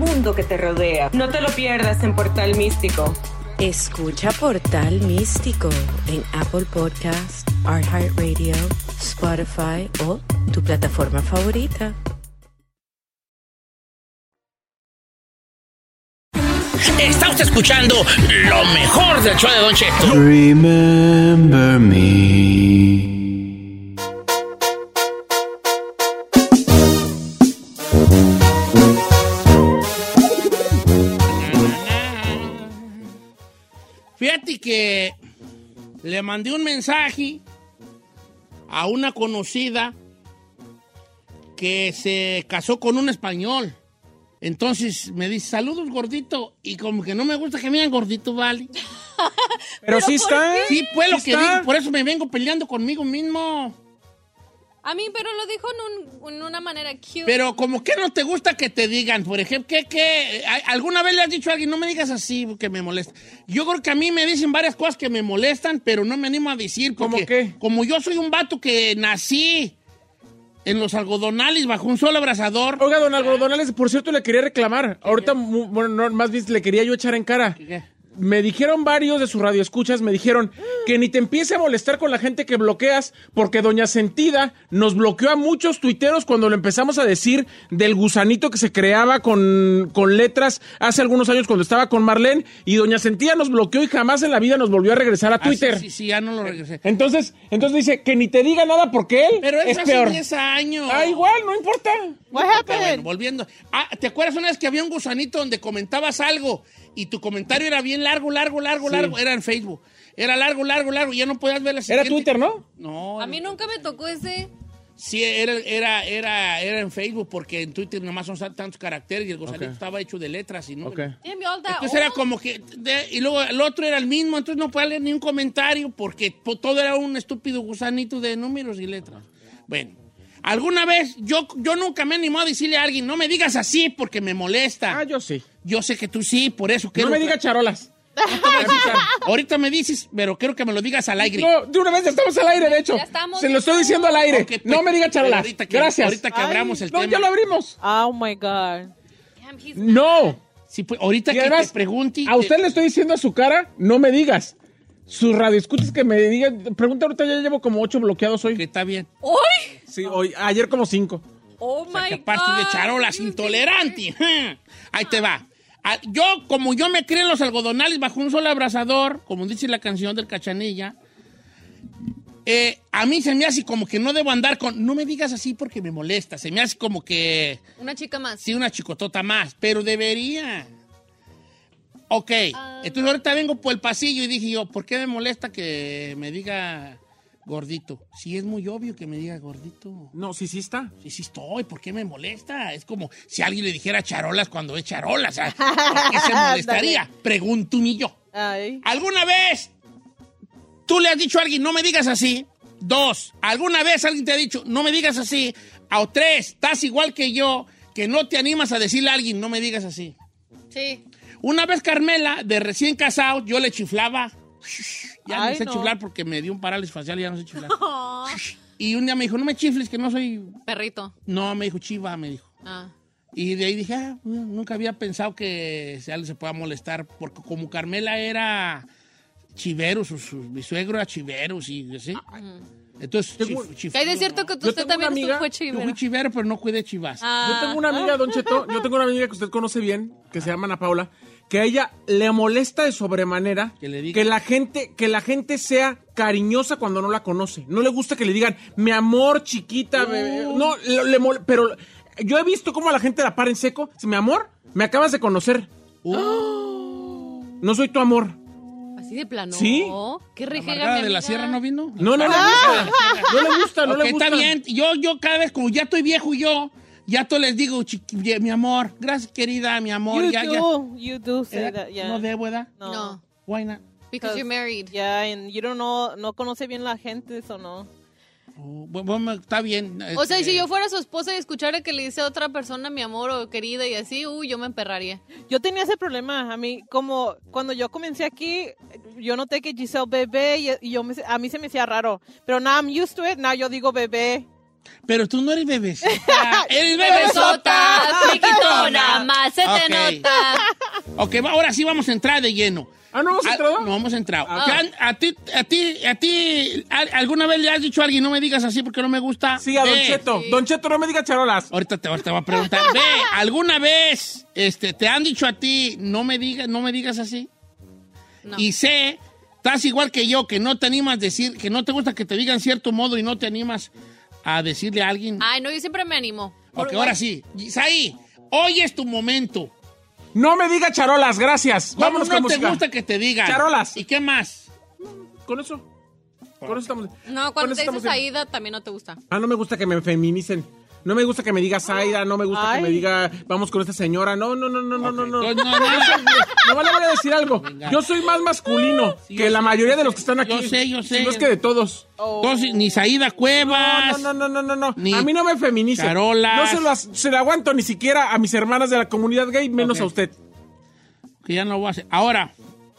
S16: mundo que te rodea. No te lo pierdas en Portal Místico.
S14: Escucha Portal Místico en Apple Podcast, iHeartRadio, Spotify o tu plataforma favorita.
S2: Está usted escuchando lo mejor del show de Don Cheto.
S3: Remember me.
S2: Fíjate que le mandé un mensaje a una conocida que se casó con un español. Entonces me dice, saludos gordito. Y como que no me gusta que me digan gordito, vale.
S17: Pero sí ¿por está, qué?
S2: Sí, pues lo
S17: sí
S2: que
S17: está.
S2: digo, por eso me vengo peleando conmigo mismo.
S8: A mí, pero lo dijo en, un- en una manera cute.
S2: Pero como que no te gusta que te digan, por ejemplo, que, que alguna vez le has dicho a alguien, no me digas así, que me molesta. Yo creo que a mí me dicen varias cosas que me molestan, pero no me animo a decir. Porque, Como yo soy un vato que nací en los algodonales bajo un solo abrazador.
S17: Oiga, don Algodonales, por cierto, le quería reclamar. Ahorita, mu- bueno, no, más bien le quería yo echar en cara. Me dijeron varios de sus radioescuchas, me dijeron que ni te empiece a molestar con la gente que bloqueas, porque Doña Sentida nos bloqueó a muchos tuiteros cuando lo empezamos a decir del gusanito que se creaba con, con letras hace algunos años cuando estaba con Marlene, y Doña Sentida nos bloqueó y jamás en la vida nos volvió a regresar a
S2: Ah, sí,
S17: Twitter.
S2: sí, sí, ya no lo regresé.
S17: Entonces, entonces dice que ni te diga nada porque él
S2: Pero
S17: es
S2: eso
S17: peor.
S2: hace 10 años.
S17: Ah, igual, no importa.
S2: What volviendo. Ah, ¿te acuerdas una vez que había un gusanito donde comentabas algo y tu comentario era bien largo, largo, largo,
S17: Sí.
S2: largo? Era en Facebook. Era largo, largo, largo. y Ya no podías ver la
S17: Era
S2: siguiente.
S17: Twitter, ¿no?
S2: No,
S8: A mí nunca me tocó ese.
S2: Sí, era, era, era, era en Facebook porque en Twitter nomás son tantos caracteres y el gusanito
S17: Ok.
S2: estaba hecho de letras y no.
S17: Ok.
S8: Damn, y'all that
S2: Entonces era
S8: old.
S2: como que. de- y luego el otro era el mismo, entonces no podía leer ni un comentario porque po- todo era un estúpido gusanito de números y letras. Bueno, alguna vez yo, yo nunca me animó a decirle a alguien, no me digas así porque me molesta. Ah,
S17: yo sí.
S2: Yo sé que tú sí, por eso que.
S17: No me digas charolas.
S2: Ahorita me dices, pero quiero que me lo digas al aire.
S17: No, de una vez ya estamos al aire, de hecho.
S2: Ya estamos.
S17: Se lo estoy diciendo al aire.
S2: Ok, pues,
S17: no me diga charla.
S2: ahorita que-
S17: Gracias.
S2: ahorita que abramos el
S17: no,
S2: tema.
S17: ya lo abrimos.
S4: Oh my God.
S17: No.
S2: Sí, pues, ahorita
S17: que te
S2: pregunte.
S17: A usted le estoy diciendo a su cara, no me digas. Sus radioescuchas que me digan. Pregunta ahorita, ya llevo como ocho bloqueados hoy. Que
S2: está bien.
S8: ¡Hoy!
S17: Sí, hoy. Ayer como cinco.
S8: Oh my
S2: Aparte de charolas, intolerante. Ahí te va. Ah, Yo, como yo me crié en los algodonales bajo un solo abrazador, como dice la canción del Cachanilla, eh, a mí se me hace como que no debo andar con. No me digas así porque me molesta. Se me hace como que.
S8: Una chica más.
S2: Sí, una chicotota más, pero debería. Ok, entonces ahorita vengo por el pasillo y dije yo, ¿por qué me molesta que me diga gordito? Si es muy obvio que me diga gordito.
S17: No, sí, sí está.
S2: Sí, sí estoy, ¿por qué me molesta? Es como si alguien le dijera charolas cuando es charolas. ¿ah? ¿Por qué se molestaría? Pregunto ni yo. ¿Alguna vez tú le has dicho a alguien, no me digas así? Dos, ¿alguna vez alguien te ha dicho, no me digas así? O tres, estás igual que yo, que no te animas a decirle a alguien, no me digas así.
S8: Sí.
S2: Una vez Carmela, de recién casado, yo le chiflaba. Ya
S8: Ay,
S2: no sé
S8: no.
S2: chiflar porque me dio un parálisis facial y ya no sé chiflar. Y un día me dijo, no me chifles, que no soy...
S8: Perrito.
S2: No, me dijo, chiva, me dijo.
S8: Ah.
S2: Y de ahí dije, ah, bueno, nunca había pensado que se- alguien se pueda molestar, porque como Carmela era chiveros, su, su- mi suegro era chiveros y así. Entonces, chif- chif-
S5: Hay de cierto que tú-
S2: Yo
S5: usted
S2: tengo
S5: también
S2: una
S5: estuvo-
S2: amiga-
S5: fue
S2: Yo
S5: chivero.
S2: fui chivero, pero no cuidé chivas.
S5: Ah.
S17: Yo tengo una amiga, Don Cheto, yo tengo una amiga que usted conoce bien, que se llama Ana Paula, que a ella le molesta de sobremanera que la gente, que la gente sea cariñosa cuando no la conoce. No le gusta que le digan, mi amor, chiquita, bebé". No, le, le mol- pero yo he visto cómo a la gente la para en seco. Dice, mi amor, me acabas de conocer. No soy tu amor.
S5: Así de plano.
S17: ¿Sí?
S5: Qué rejega,
S2: Margarita
S5: mi
S2: de la
S5: amiga. Ah.
S2: Sierra no vino?
S17: No, no, no. No le gusta, no
S2: Ok,
S17: le gusta.
S2: Está bien, yo, yo cada vez, como ya estoy viejo yo, ya todo les digo, chiqui- mi amor, gracias querida, mi amor.
S4: You
S2: Oh, ya, ya.
S4: do, you do say
S2: ¿Edad?
S4: that, yeah.
S2: No debo, ¿verdad?
S4: No.
S2: Why not?
S5: Because you're married.
S4: Yeah, and you don't know, no conoce bien la gente, eso no.
S2: Oh, bu- bueno, está bien.
S5: O sea,
S2: este,
S5: si yo fuera su esposa y escuchara que le dice a otra persona mi amor o querida y así, uy, yo me emperraría.
S4: Yo tenía ese problema. A mí, como cuando yo comencé aquí, yo noté que Giselle bebé y, y yo me- a mí se me hacía raro. Pero now I'm used to it, now yo digo bebé.
S2: Pero tú no eres bebecita. ¡Eres bebesota!
S4: Bebesota,
S8: friquitona, más se te
S2: Ok. Ok, va- ahora sí vamos a entrar de lleno.
S17: Ah, no hemos
S2: entrado. No hemos entrado.
S17: Ah,
S2: Jan, A ti, a ti, a ti, a- ¿alguna vez le has dicho a alguien, no me digas así porque no me gusta?
S17: Sí, a Don
S2: Ve.
S17: Cheto. Don Cheto, no me diga charolas.
S2: Ahorita te, ahorita voy a preguntar. Ve, ¿alguna vez este, te han dicho a ti, no me digas, no me digas así? Y sé, estás igual que yo, que no te animas a decir, que no te gusta que te digan cierto modo y no te animas a decirle a alguien.
S5: Ay, no, yo siempre me animo.
S2: Ok, ahora sí. Isaí, hoy es tu momento.
S17: No me diga charolas, gracias.
S2: ¿Cómo
S17: Vámonos
S2: no
S17: con
S2: te
S17: música.
S2: gusta que te digan?
S17: Charolas.
S2: ¿Y qué más?
S17: Con eso. Con eso estamos.
S5: No,
S17: Con
S5: cuando
S17: eso
S5: te
S17: estamos
S5: dices
S17: bien.
S5: Aida también no te gusta.
S17: Ah, no me gusta que me feminicen. No me gusta que me diga Zaira, no me gusta que
S5: Ay.
S17: me diga vamos con esta señora. No, no, no, no, no, no, no.
S2: entonces no, no.
S17: Yo soy- Nomás le voy a decir algo. Yo soy más masculino que la mayoría de los que están aquí.
S2: Yo sé, yo sé.
S17: Si no es que de todos.
S2: Entonces, ni Saída Cuevas.
S17: No, no, no, no, no. no.
S2: Ni
S17: a mí no me feminicen.
S2: charolas.
S17: No se las se la aguanto ni siquiera a mis hermanas de la comunidad gay, menos
S2: Ok.
S17: a usted.
S2: Que ya no voy a hacer. Ahora,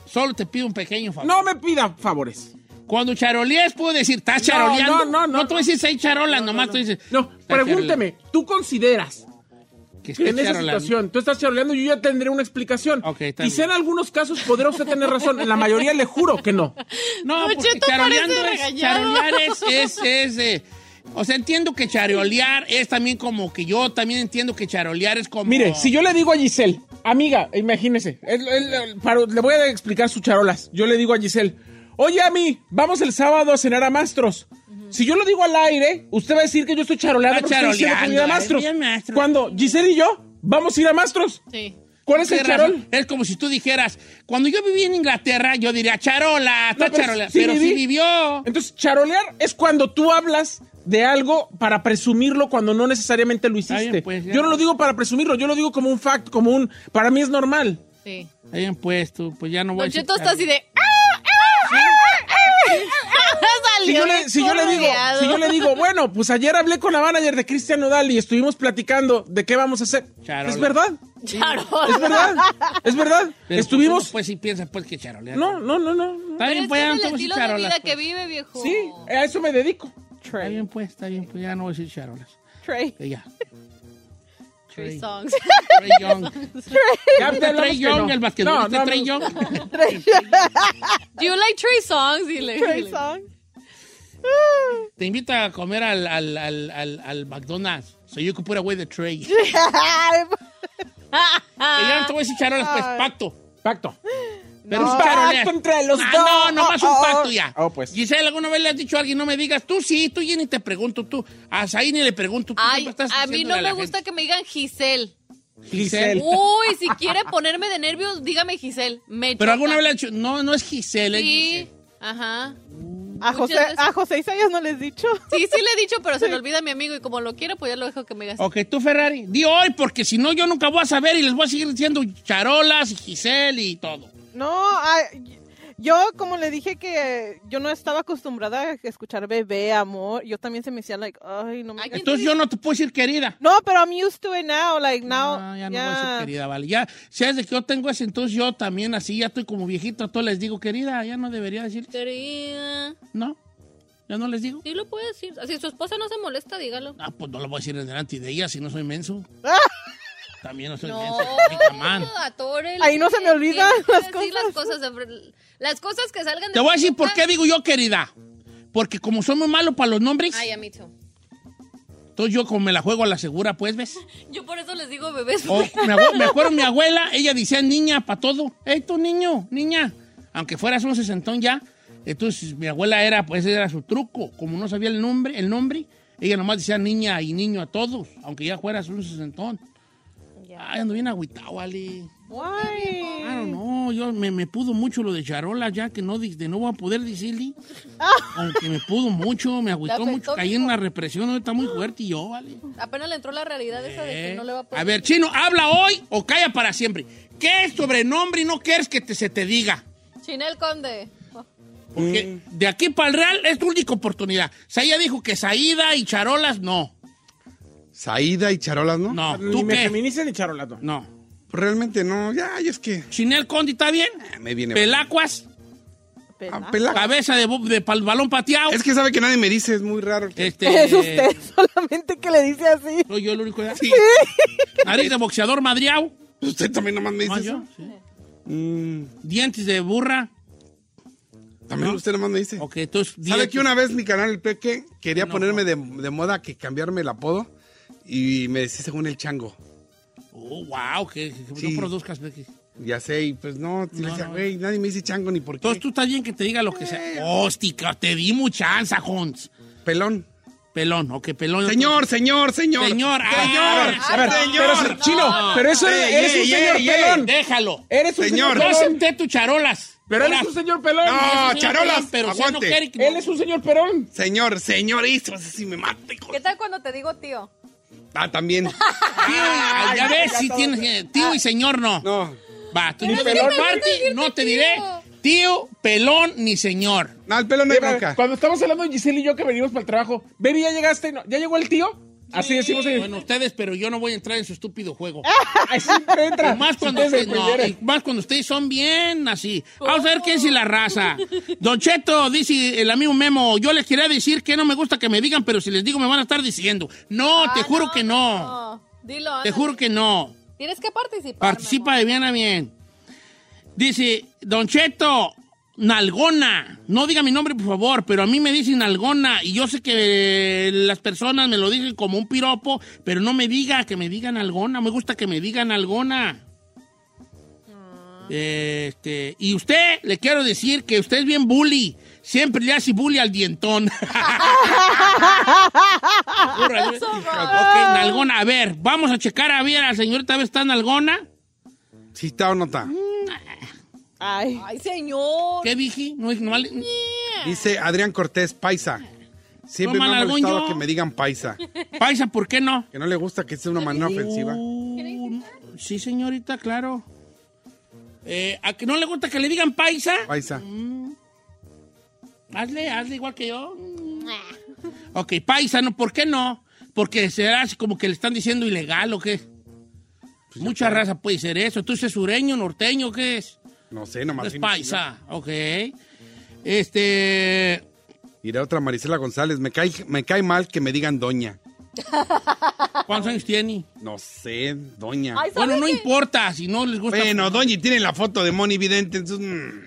S2: solo te pido un pequeño favor.
S17: No me pida favores.
S2: Cuando charolees, puedo decir, ¿estás
S17: No,
S2: charoleando?
S17: no, no, no.
S2: No te voy a decir, seis charolas, nomás tú dices.
S17: No, pregúnteme, ¿tú consideras
S2: Que estés
S17: en esa
S2: charolando.
S17: situación tú estás charoleando? Yo ya tendré una explicación.
S2: está
S17: Quizá en algunos casos podrá usted tener razón. En la mayoría le juro que no.
S2: No,
S17: Don
S2: porque
S17: Cheto
S2: charoleando
S17: parece
S2: es,
S17: regañado.
S2: charolear es, es, es, eh, o sea, entiendo que charolear es también como que yo también entiendo que charolear es como...
S17: Mire, si yo le digo a Giselle, amiga, imagínese, él- él- él- paro- le voy a explicar sus charolas. Yo le digo a Giselle, oye, Ami, vamos el sábado a cenar a Mastros. Si yo lo digo al aire, usted va a decir que yo estoy charoleando
S2: Está
S17: porque estoy diciendo que voy a ir a
S2: charoleando,
S17: Mastros.
S2: ay, bien, Mastros.
S17: Cuando Giselle y yo vamos a ir a Mastros.
S5: Sí.
S17: ¿Cuál es el
S2: Tienes
S17: charol?
S2: razón. Es como si tú dijeras, cuando yo viví en Inglaterra, yo diría, charola, está
S17: No, pero
S2: charola.
S17: sí
S2: pero
S17: viví.
S2: sí vivió.
S17: Entonces, charolear es cuando tú hablas de algo para presumirlo cuando no necesariamente lo hiciste.
S2: bien, pues, ya.
S17: yo no lo digo para presumirlo, yo lo digo como un fact, como un... Para mí es normal.
S5: Sí.
S2: Hayan puesto, pues ya no voy a
S5: Don
S2: decir
S5: Cheto está así
S2: charola.
S5: de... "Ah,
S17: Si yo,
S5: Salió
S17: le,
S5: bien
S17: si yo le digo,
S5: correteado.
S17: si yo le digo, bueno, pues ayer hablé con la manager de Cristian Nodal y estuvimos platicando de qué vamos a hacer.
S2: Charola.
S17: Es verdad,
S5: Charola.
S17: es verdad, es verdad.
S2: Pero,
S17: estuvimos...
S2: Pues, uno, pues sí piensa pues que charolea.
S17: no, no, no, no.
S2: Está bien, pues ya
S5: Este
S2: no te voy a decir charolas. pues.
S5: vive, viejo.
S17: Sí, a eso me dedico.
S2: Está bien, pues, está bien, pues ya no voy a decir charolas.
S4: Trey.
S2: Que ya. Trey.
S5: Songs.
S2: Trey Young.
S17: Ya te hablamos
S2: Trey
S17: que
S2: Young,
S17: no.
S2: el basquetbolista
S17: No, no,
S2: Trey
S17: no.
S2: Young.
S5: Do you like Trey Songs? Dile,
S4: Trey
S5: dile.
S2: Te invita a comer al, al, al, al, al McDonald's. Soy yo que pura güey de Trey. Que ya no te voy a decir charolas, pues,
S4: Ay.
S2: pacto.
S17: Pacto.
S2: Pero
S17: No.
S2: es un charolear.
S17: Pacto entre los
S2: Ah,
S17: dos.
S2: No, nomás un
S17: Oh,
S2: pacto
S17: oh.
S2: ya.
S17: Oh, pues.
S2: Giselle, ¿alguna vez le has dicho a alguien, no me digas? Tú sí, tú ya ni te pregunto, tú. A Saí ni le pregunto. Tú
S5: Ay,
S2: siempre estás
S5: a mí
S2: diciéndole
S5: no
S2: a
S5: me
S2: la
S5: gusta que me digan Giselle.
S2: gente. Giselle.
S5: Uy, si quiere ponerme de nervios, dígame Giselle. Me
S2: Pero
S5: choca.
S2: alguna vez le has dicho, no, no es Giselle, es Giselle.
S5: Sí, ajá.
S4: A José,
S5: Muchas veces-
S4: a José Isaías no les he dicho.
S5: Sí, sí le he dicho, pero se le olvida a mi amigo y como lo quiere, pues ya lo dejo que me digas.
S2: Ok, tú Ferrari, di hoy porque si no yo nunca voy a saber y les voy a seguir diciendo charolas y Giselle y todo.
S4: No, ah, yo como le dije que yo no estaba acostumbrada a escuchar bebé, amor, yo también se me decía like, ay, no me
S2: Entonces yo no te puedo decir querida.
S4: No, pero I'm used to it now, like now.
S2: No, Ah, ya no
S4: yeah.
S2: voy a decir querida, vale. Ya, si es de que yo tengo ese, entonces yo también así, ya estoy como viejito, a todos les digo querida, ya no debería decir.
S5: Querida.
S2: No, ya no les digo.
S5: Sí lo puede decir. Si su esposa no se molesta, dígalo.
S2: Ah, pues no lo voy a decir en delante de ella si no soy menso. También no soy
S5: No.
S2: bien sarcástica,
S5: Atórele.
S4: Ahí no se me olvidan
S5: Tiene que
S4: las
S5: decir las cosas. de- Las cosas que salgan de
S2: Te voy a decir
S5: su
S2: por
S5: boca.
S2: qué digo yo, querida. Porque como soy muy malo para los nombres,
S5: Ay, a mí too.
S2: entonces yo como me la juego a la segura, pues, ¿ves?
S5: Yo por eso les digo bebés.
S2: O, me, acu- me acuerdo mi abuela, ella decía niña para todo. Ey, tú niño, niña. Aunque fueras un sesentón ya. Entonces mi abuela era, pues ese era su truco. Como no sabía el nombre, el nombre, ella nomás decía niña y niño a todos, aunque ya fueras un sesentón. Ay, ando bien agüitado, Ale. Claro, no, yo me, me pudo mucho lo de Charola, ya que no, di- de no voy a poder decirle. Aunque me pudo mucho, me agüitó
S5: afectó,
S2: mucho. Caí en una represión, está muy fuerte y yo, vale.
S5: Apenas le entró la realidad esa de que no le va a poder.
S2: Eh. A ver, chino, habla hoy o calla para siempre. ¿Qué sobrenombre y no quieres que te, se te diga?
S5: Chinel Conde.
S2: Porque
S6: Mm.
S2: de aquí para el Real es tu única oportunidad. Saía dijo que Saída y Charolas, no.
S6: Saída y charolas, ¿no?
S2: No,
S6: ¿tú
S2: ¿tú
S6: me
S2: qué?
S6: feminizan y charolas, no.
S2: No.
S6: Realmente no, ya, y es que...
S2: Chinel Condi, ¿está bien?
S6: Me viene... Ah,
S2: Pelacuas.
S6: Pelacuas.
S2: Cabeza de, bo- de pal- balón pateado.
S6: Es que sabe que nadie me dice, es muy raro.
S2: Este- Es usted
S4: solamente que le dice así.
S2: Soy yo el único. ¿verdad? Nariz de boxeador madriao.
S6: Usted también nomás me dice
S2: ¿Nomás
S6: eso.
S2: ¿Ah, yo? Sí.
S6: Mm,
S2: Dientes de burra.
S6: también
S2: ¿No?
S6: usted nomás me dice.
S2: Ok, entonces...
S6: ¿Sabe
S2: dientes-
S6: que una vez mi canal El Peque quería ponerme de, de moda que cambiarme el apodo? Y me decía según el chango.
S2: Oh, wow, que, que
S6: Sí.
S2: no produzcas. Becky.
S6: Ya sé, y pues no, le
S2: No,
S6: decía,
S2: no.
S6: güey, nadie me dice chango ni por qué.
S2: Entonces tú estás bien que te diga lo que sea. Hostia, te di mucha chanza, Jones.
S6: Pelón.
S2: Pelón, ok, pelón.
S6: Señor, señor, señor. señor.
S2: Señor, ah,
S6: A ver,
S2: señor.
S6: pero, Chino, pero eso eres- eres un señor pelón.
S2: Déjalo.
S6: Eres un señor
S2: Yo
S6: pelón.
S2: acepté tus charolas.
S6: Pero eres
S2: Ahora-
S6: un señor pelón. No,
S2: Eres un señor
S6: charolas,
S2: pelón, Pero usted no
S6: aguante.
S2: quiere que-
S6: Él es un señor pelón. Señor, señor, eso así me mata.
S5: ¿Qué tal cuando te digo tío?
S6: Ah, también.
S2: Ah, ya
S6: Ay,
S2: ves,
S6: ya
S2: si
S6: todo. Ah.
S2: tienes eh, tío y señor, no.
S6: No.
S2: Va, tú
S6: Ni
S2: ni
S6: pelón.
S2: pelón. Parte, no te diré tío, pelón ni señor.
S6: No, el pelón
S17: Sí, pero Cuando estamos hablando de Giselle y yo que venimos para el trabajo, baby, ya llegaste, No, ya llegó el tío. Así decimos en-
S2: Bueno, ustedes, pero yo no voy a entrar en su estúpido juego.
S6: Ah,
S17: Ay, siempre entra.
S2: Y más, cuando
S17: Ustedes
S2: ustedes, no,
S17: aprendieron.
S2: y más cuando ustedes son bien así. Vamos a ver quién es la raza. Don Cheto, dice el amigo Memo, yo les quería decir que no me gusta que me digan, pero si les digo me van a estar diciendo. Ah, No, te juro que no.
S5: Ah, No. Dilo.
S2: Te
S5: ándale.
S2: juro que no.
S5: Tienes que participar.
S2: Participa de bien a bien. Dice, Don Cheto, Nalgona. No diga mi nombre, por favor, pero a mí me dicen Nalgona. Y yo sé que eh, las personas me lo dicen como un piropo, pero no me diga que me digan Nalgona. Me gusta que me digan Nalgona. Este, y usted, le quiero decir que usted es bien bully. Siempre le hace bully al dientón. Burra, yo- ok, Nalgona. A ver, vamos a checar a ver, la señorita, a ver, ¿está Nalgona?
S6: Si está o no está.
S4: Ay.
S5: Ay, señor.
S2: ¿Qué dije? No, es- no vale-
S6: Dice Adrián Cortés, paisa. Siempre
S2: Toma
S6: me ha
S2: algún
S6: molestado
S2: yo.
S6: que me digan paisa.
S2: Paisa, ¿por qué no?
S6: Que no le gusta que sea una manera ofensiva.
S2: Uh, sí, señorita, claro. Eh, ¿A que no le gusta que le digan paisa?
S6: Paisa.
S2: Mm. Hazle, hazle igual que yo. Ok, paisa, ¿no? ¿Por qué no? Porque será así como que le están diciendo ilegal o qué. Mucha raza puede ser eso. Entonces, sureño, norteño, ¿qué es?
S6: No sé, nomás.
S2: es
S6: tiene-
S2: paisa, ok. Este.
S6: Iré a otra Marisela González. Me cae, me cae mal que me digan doña.
S2: ¿Cuántos años tiene?
S6: No sé, doña.
S5: Ay, ¿sabes
S2: Bueno, no importa si no les gusta.
S6: bueno, doña, y tiene la foto de Moni Vidente. Entonces, mm.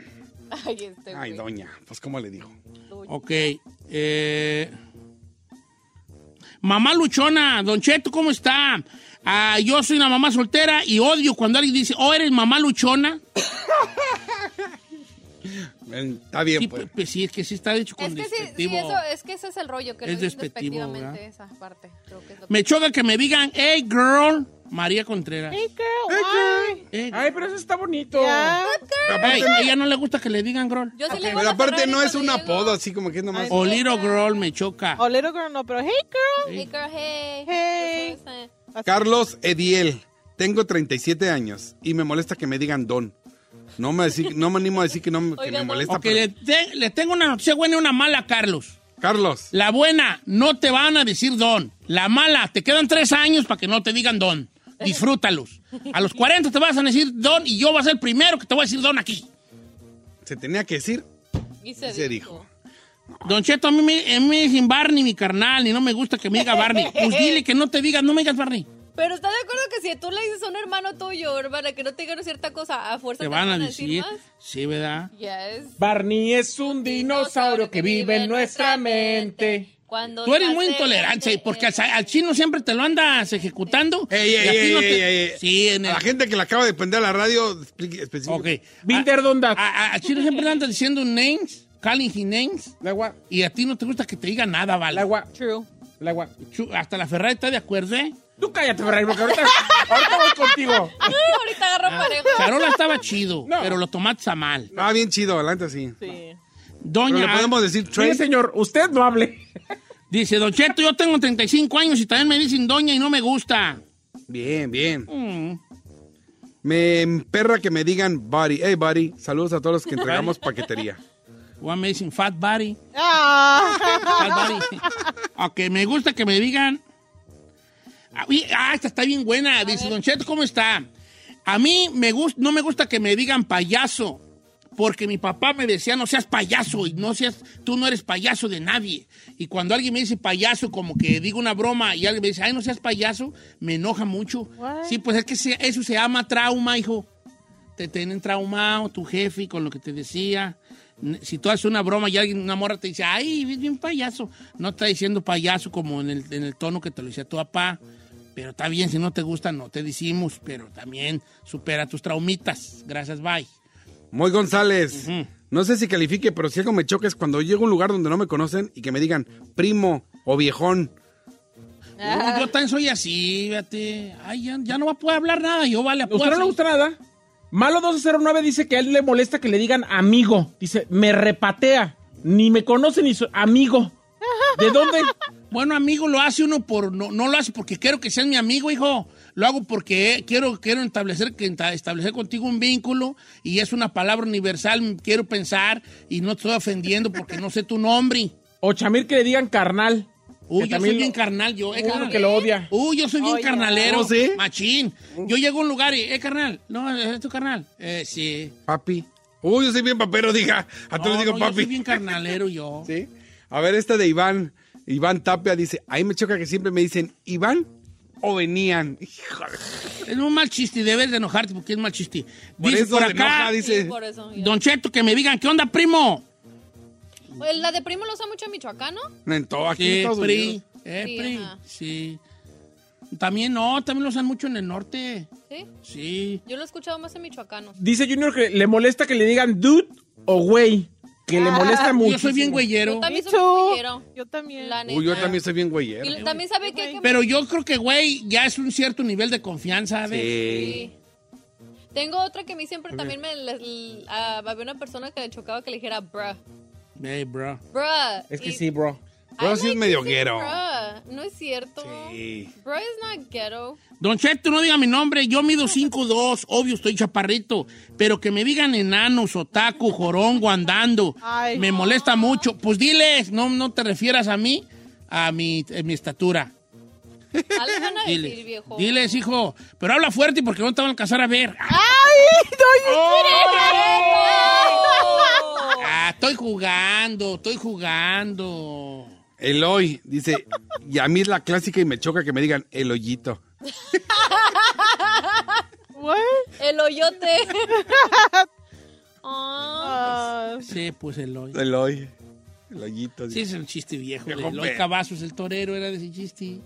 S5: Ay, este
S6: Ay,
S5: güey.
S6: doña. Pues, ¿cómo le digo?
S2: Ok. eh, Mamá Luchona, Don Cheto, ¿cómo está? Ah, yo soy una mamá soltera y odio cuando alguien dice, oh, eres mamá Luchona.
S6: Eh, Está bien,
S2: Sí,
S6: pues.
S2: pues sí, es que sí está dicho
S5: Es
S2: con
S5: que sí, sí,
S2: despectivo.
S5: eso, es que ese es el rollo, que
S2: Es
S5: lo dicen
S2: despectivo,
S5: despectivamente
S2: ¿verdad?
S5: esa parte. Creo que es lo
S2: Me choca que me digan, hey, girl, María Contreras.
S4: Hey, girl, why?
S2: Hey,
S17: Eh. Ay, pero eso está bonito.
S4: Ya.
S6: Pero
S2: hey,
S6: aparte,
S2: a ella no le gusta que le digan girl.
S5: Yo sí le digo
S6: pero
S5: a
S6: aparte
S5: Ferrari
S6: no es un
S5: cuando llego,
S6: apodo, así como que es nomás.
S2: O little girl me choca.
S4: O Oh, little girl, no, pero hey, girl.
S5: Hey, girl, hey.
S4: Hey.
S5: Eso es, eh.
S6: Carlos Ediel, tengo 37 años y me molesta que me digan don. No me, decí- no me animo a decir que, no, me- que
S5: Oiga,
S6: me
S5: don.
S6: molesta.
S2: Ok, le, te- le tengo una noticia buena y una mala, Carlos.
S6: pero- Carlos,
S2: La buena, no te van a decir don. La mala, te quedan tres años para que no te digan don. Disfrútalos. A los 40 te vas a decir don y yo voy a ser el primero que te voy a decir don aquí.
S6: se tenía que decir.
S5: Y se,
S6: Se
S5: dijo.
S2: Don Cheto, a mí me, a mí me dicen Barney, mi carnal, y no me gusta que me diga Barney. Pues dile que no te digan, no me digas Barney.
S5: Pero ¿estás de acuerdo que si tú le dices a un hermano tuyo, hermana, que no te digan cierta cosa, a fuerza
S2: Te van a decir. Sí, ¿verdad?
S5: Yes.
S17: Barney es un dinosaurio que vive en nuestra mente.
S5: Cuando
S2: Tú eres muy
S5: nace-
S2: intolerante, porque al, al chino siempre te lo andas ejecutando.
S6: Ey, ey,
S2: y a ti
S6: ey,
S2: no
S6: ey,
S2: te-
S6: ey, ey.
S2: Sí, en
S6: A la gente que le acaba de prender la radio explique- específico. Ah,
S2: Ok. Binder, ¿dónde? Al chino siempre le andas diciendo names, calling his names. Y a ti no te gusta que te diga nada, ¿vale? Lagua.
S8: True.
S2: Lagua. Hasta la Ferrari está de acuerdo, ¿eh?
S17: Tú cállate, Ferrari, porque ahorita, ahorita voy contigo.
S5: Ah, ahorita agarro parejo.
S2: Carola estaba chido, pero lo tomaste a mal.
S6: Ah, bien chido, adelante sí.
S2: Doña.
S6: Pero le podemos decir Trey. Sí,
S2: señor, usted no hable. Dice, Don Cheto, yo tengo 35 años y también me dicen doña y no me gusta.
S6: Bien, bien. Me emperra que me digan buddy. Hey, buddy. Saludos a todos los que entregamos paquetería.
S2: O me dicen fat buddy.
S8: Ah.
S2: Aunque me gusta que me digan. A mí- ah, esta está bien buena. Dice, Don Cheto, ¿cómo está? A mí me gus- no me gusta que me digan payaso. Porque mi papá me decía, no seas payaso, y no seas, tú no eres payaso de nadie. Y cuando alguien me dice payaso, como que digo una broma, y alguien me dice, ay, no seas payaso, me enoja mucho. Sí, pues es que se- eso se llama trauma, hijo. Te tienen traumado tu jefe con lo que te decía. N- Si tú haces una broma y alguien, una morra te dice, ay, es bien payaso. No está diciendo payaso como en el, en el tono que te lo decía tu papá. Pero está bien, si no te gusta, no te decimos. Pero también supera tus traumitas. Gracias, bye.
S6: Moy González. No sé si califique, pero si algo me choca es cuando llego a un lugar donde no me conocen y que me digan primo o viejón.
S2: Uh, yo también soy así, fíjate. Ay, ya, ya no va a poder hablar nada. Yo vale, pues.
S17: ¿Usted no le gusta nada? Malo 1209 dice que a él le molesta que le digan amigo. Dice, me repatea. Ni me conoce ni su amigo. ¿De dónde?
S2: Bueno, amigo, lo hace uno por. No, no lo hace porque quiero que seas mi amigo, hijo. Lo hago porque quiero, quiero establecer, que- establecer contigo un vínculo y es una palabra universal. Quiero pensar y no te estoy ofendiendo porque no sé tu nombre.
S17: O Chamir que le digan carnal.
S2: Uy,
S17: Que
S2: yo
S17: también
S2: soy
S17: lo-
S2: bien carnal, yo. eh,
S17: Uno
S2: carnal.
S17: que lo odia.
S2: Uy, yo soy bien
S17: Oye.
S2: carnalero.
S17: ¿Oh, sí?
S2: Machín. Yo llego a un lugar y, eh, carnal. No, es tu carnal. Eh, sí.
S6: Papi. Uy, yo soy bien papero, diga. A todos
S2: No,
S6: les Ah, digo
S2: no, Yo soy
S6: papi.
S2: bien carnalero, yo.
S6: Sí. A ver, esta de Iván. Iván Tapia dice, ahí me choca que siempre me dicen Iván o venían. Híjole.
S2: Es un mal chiste, debes de enojarte porque es mal chiste.
S6: Por
S2: Dice
S6: eso
S2: por
S6: se
S2: acá,
S6: enoja, dice. Sí,
S5: por eso, ya.
S2: Don Cheto, que me digan, ¿qué onda, primo?
S5: Oye, Pues, La de primo lo usa mucho en Michoacán, ¿no?
S6: En todo aquí
S2: Sí,
S6: en Estados
S2: PRI,
S6: Unidos.
S2: eh,
S5: Sí,
S2: PRI,
S5: ajá.
S2: sí. También no, también lo usan mucho en el norte.
S5: Sí.
S2: Sí.
S5: Yo lo he escuchado más en michoacanos.
S17: Dice Junior que le molesta que le digan dude o güey. Que le molesta mucho.
S2: Ah, Yo soy bien güeyero.
S5: Yo también
S8: Me
S5: soy
S8: too.
S5: muy güeyero.
S8: Yo también.
S5: La neta.
S6: Uy, yo también soy bien ¿eh? güeyero.
S5: Y también sabe que hay que...
S2: Pero yo creo que, güey, ya es un cierto nivel de confianza, ¿sabes?
S6: Sí.
S5: Tengo otra que a mí siempre también me... les- l- ah, había una persona que le chocaba que le dijera bruh.
S2: Hey, bro.
S5: Bruh. Y-
S2: bro.
S6: Bro, sí es medio
S5: Sí,
S6: guero.
S5: bruh. No es cierto. Bruh is not ghetto.
S2: Don Cheto, no diga mi nombre. Yo mido 5'2". Obvio, estoy chaparrito. Pero que me digan enano, sotaku, jorongo, andando.
S8: Ay.
S2: Me molesta mucho. Pues diles, no, no te refieras a mí, a mi, a mi estatura.
S5: Ah, les van a decir,
S2: Diles,
S5: viejo.
S2: diles, hijo. Pero habla fuerte porque no te van a alcanzar a ver.
S8: ¡Ay! ¡No, you
S2: Ah, estoy jugando, estoy jugando.
S6: Eloy dice, y a mí es la clásica y me choca que me digan el hoyito.
S5: El hoyote. Ah.
S2: Sí, pues Eloy.
S6: Eloy. El hoyito.
S2: Sí, es un chiste viejo. de
S6: Viejo
S2: Eloy
S6: feo.
S2: Cavazos, el torero, era de ese chiste.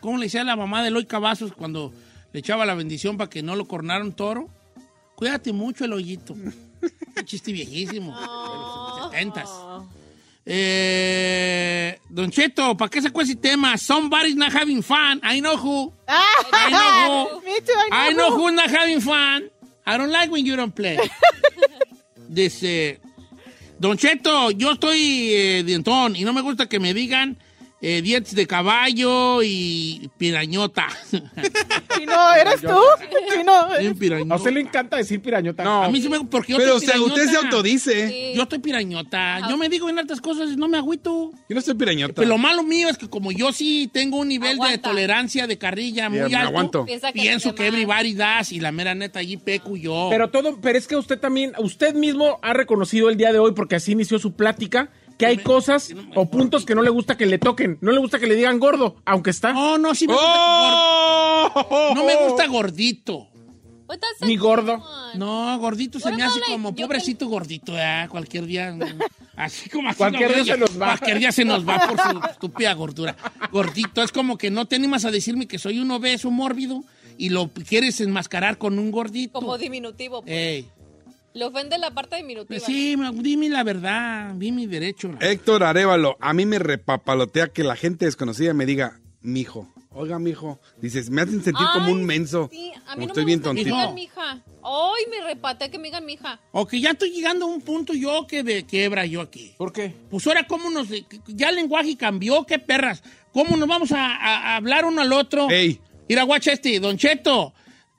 S2: ¿Cómo le decía la mamá de Eloy Cavazos cuando le echaba la bendición para que no lo cornaron toro? Cuídate mucho, Eloyito. un chiste viejísimo. de los 70s. Eh, don Cheto, ¿para qué sacó ese tema? Somebody's not having fun. I know who. I know who.
S8: Me too,
S2: I know who's not having fun. I don't like when you don't play. Dice, Don Cheto, yo estoy eh, dientón y no me gusta que me digan eh, dientes de caballo y pirañota.
S8: Chino, ¿eres tú? Chino.
S2: Bien pirañota.
S17: A usted le encanta decir pirañota.
S6: No.
S2: A mí sí me porque yo
S6: Pero
S2: estoy
S6: o sea, usted se
S2: pirañota.
S6: autodice.
S5: Sí.
S2: Yo estoy pirañota.
S5: Ah,
S2: Yo me digo en altas cosas, no me agüito.
S6: Yo no soy pirañota.
S2: Pero lo malo mío es que como yo sí tengo un nivel de
S5: Aguanta.
S2: tolerancia de carrilla muy
S6: Ya, me
S2: alto,
S6: aguanto.
S5: Piensa que
S2: pienso
S5: los
S2: que everybody does y la mera neta allí peco yo.
S17: Pero todo, pero es que usted también, usted mismo ha reconocido el día de hoy, porque así inició su plática, que hay cosas o puntos que no le gusta que le toquen. No le gusta que le digan gordo, aunque está. ¡Oh!
S6: ¡Oh!
S2: No, no, sí me gusta que gordo. No me gusta gordito.
S17: Ni gordo.
S5: ah,
S2: No, gordito se me hace como pobrecito gordito, ¿eh? cualquier día. mm, Así como así
S17: Cualquier
S2: lo veo
S17: día
S2: yo.
S17: se nos va.
S2: Cualquier día se nos va por su estúpida gordura. Gordito, es como que no te animas a decirme que soy un obeso mórbido y lo quieres enmascarar con un gordito.
S5: Como diminutivo. pues.
S2: Ey,
S5: Le ofende la parte diminutiva.
S2: pues sí, ma- dime la verdad, dime mi derecho.
S17: Eh,
S6: Héctor Arevalo, a mí me repapalotea que la gente desconocida me diga, mijo, oiga, mijo. Dices, me hacen sentir como
S5: Ay,
S6: un menso.
S5: Sí, a
S6: Como
S5: mí no
S6: estoy
S5: me
S6: bien
S5: gusta que me
S6: tontito.
S5: digan mija. Ay, me repatea que me digan mija.
S2: O que ya estoy llegando a un punto yo que me quiebra yo aquí.
S17: ¿Por qué?
S2: Pues ahora cómo nos... Ya el lenguaje cambió, qué perras. ¿Cómo nos vamos a, a- a hablar uno al otro? Ey. Mira, guacha este, Don Cheto,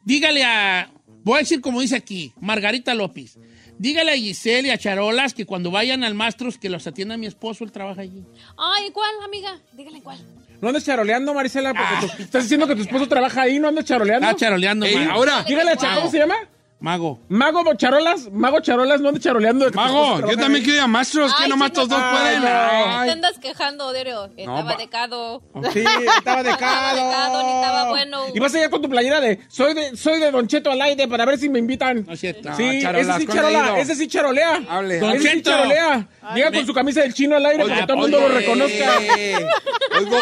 S2: dígale a... Voy a decir como dice aquí, Margarita López. Dígale a Giselle y a Charolas que cuando vayan al Mastros que los atienda mi esposo, él trabaja allí.
S5: Ay, ¿cuál, amiga? Dígale cuál.
S17: No andes charoleando, Marisela, Ah,
S5: Ah.
S17: porque tú- estás diciendo que tu esposo trabaja ahí, no andes charoleando.
S2: Ah.
S6: Ah,
S2: Está charoleando,
S17: Ey,
S2: Mago.
S17: ahora. Dígale a Cha- ¿cómo
S2: Mago.
S17: se llama?
S2: Mago.
S17: Mago Bo- Charolas, Mago Charolas, no andes charoleando. de que tu
S6: Mago,
S17: esposo
S6: yo
S17: trabaja
S6: también
S17: ahí.
S6: quiero ir a Mastros,
S5: Ay,
S6: estos dos
S5: chino,
S6: pueden.
S5: No te
S6: Ay.
S5: andas quejando, Dereo. Estaba
S17: va.
S5: decado.
S17: Sí, estaba
S5: Estaba
S17: decado.
S5: decado, ni estaba bueno.
S17: Y vas allá con tu playera de soy de soy de Don Cheto al aire para ver si me invitan. No
S2: es cierto. Ah,
S17: Sí,
S6: No, charolas,
S17: ese sí
S6: ¿cuándo he
S17: charola,
S6: ido?
S17: ese sí charolea.
S6: Hable.
S17: Don
S6: Ese sí
S17: Cheto.
S6: charolea.
S17: Llega
S6: Ay,
S17: con
S6: me-
S17: su camisa del chino al aire para que todo el mundo lo
S6: oye.
S17: reconozca.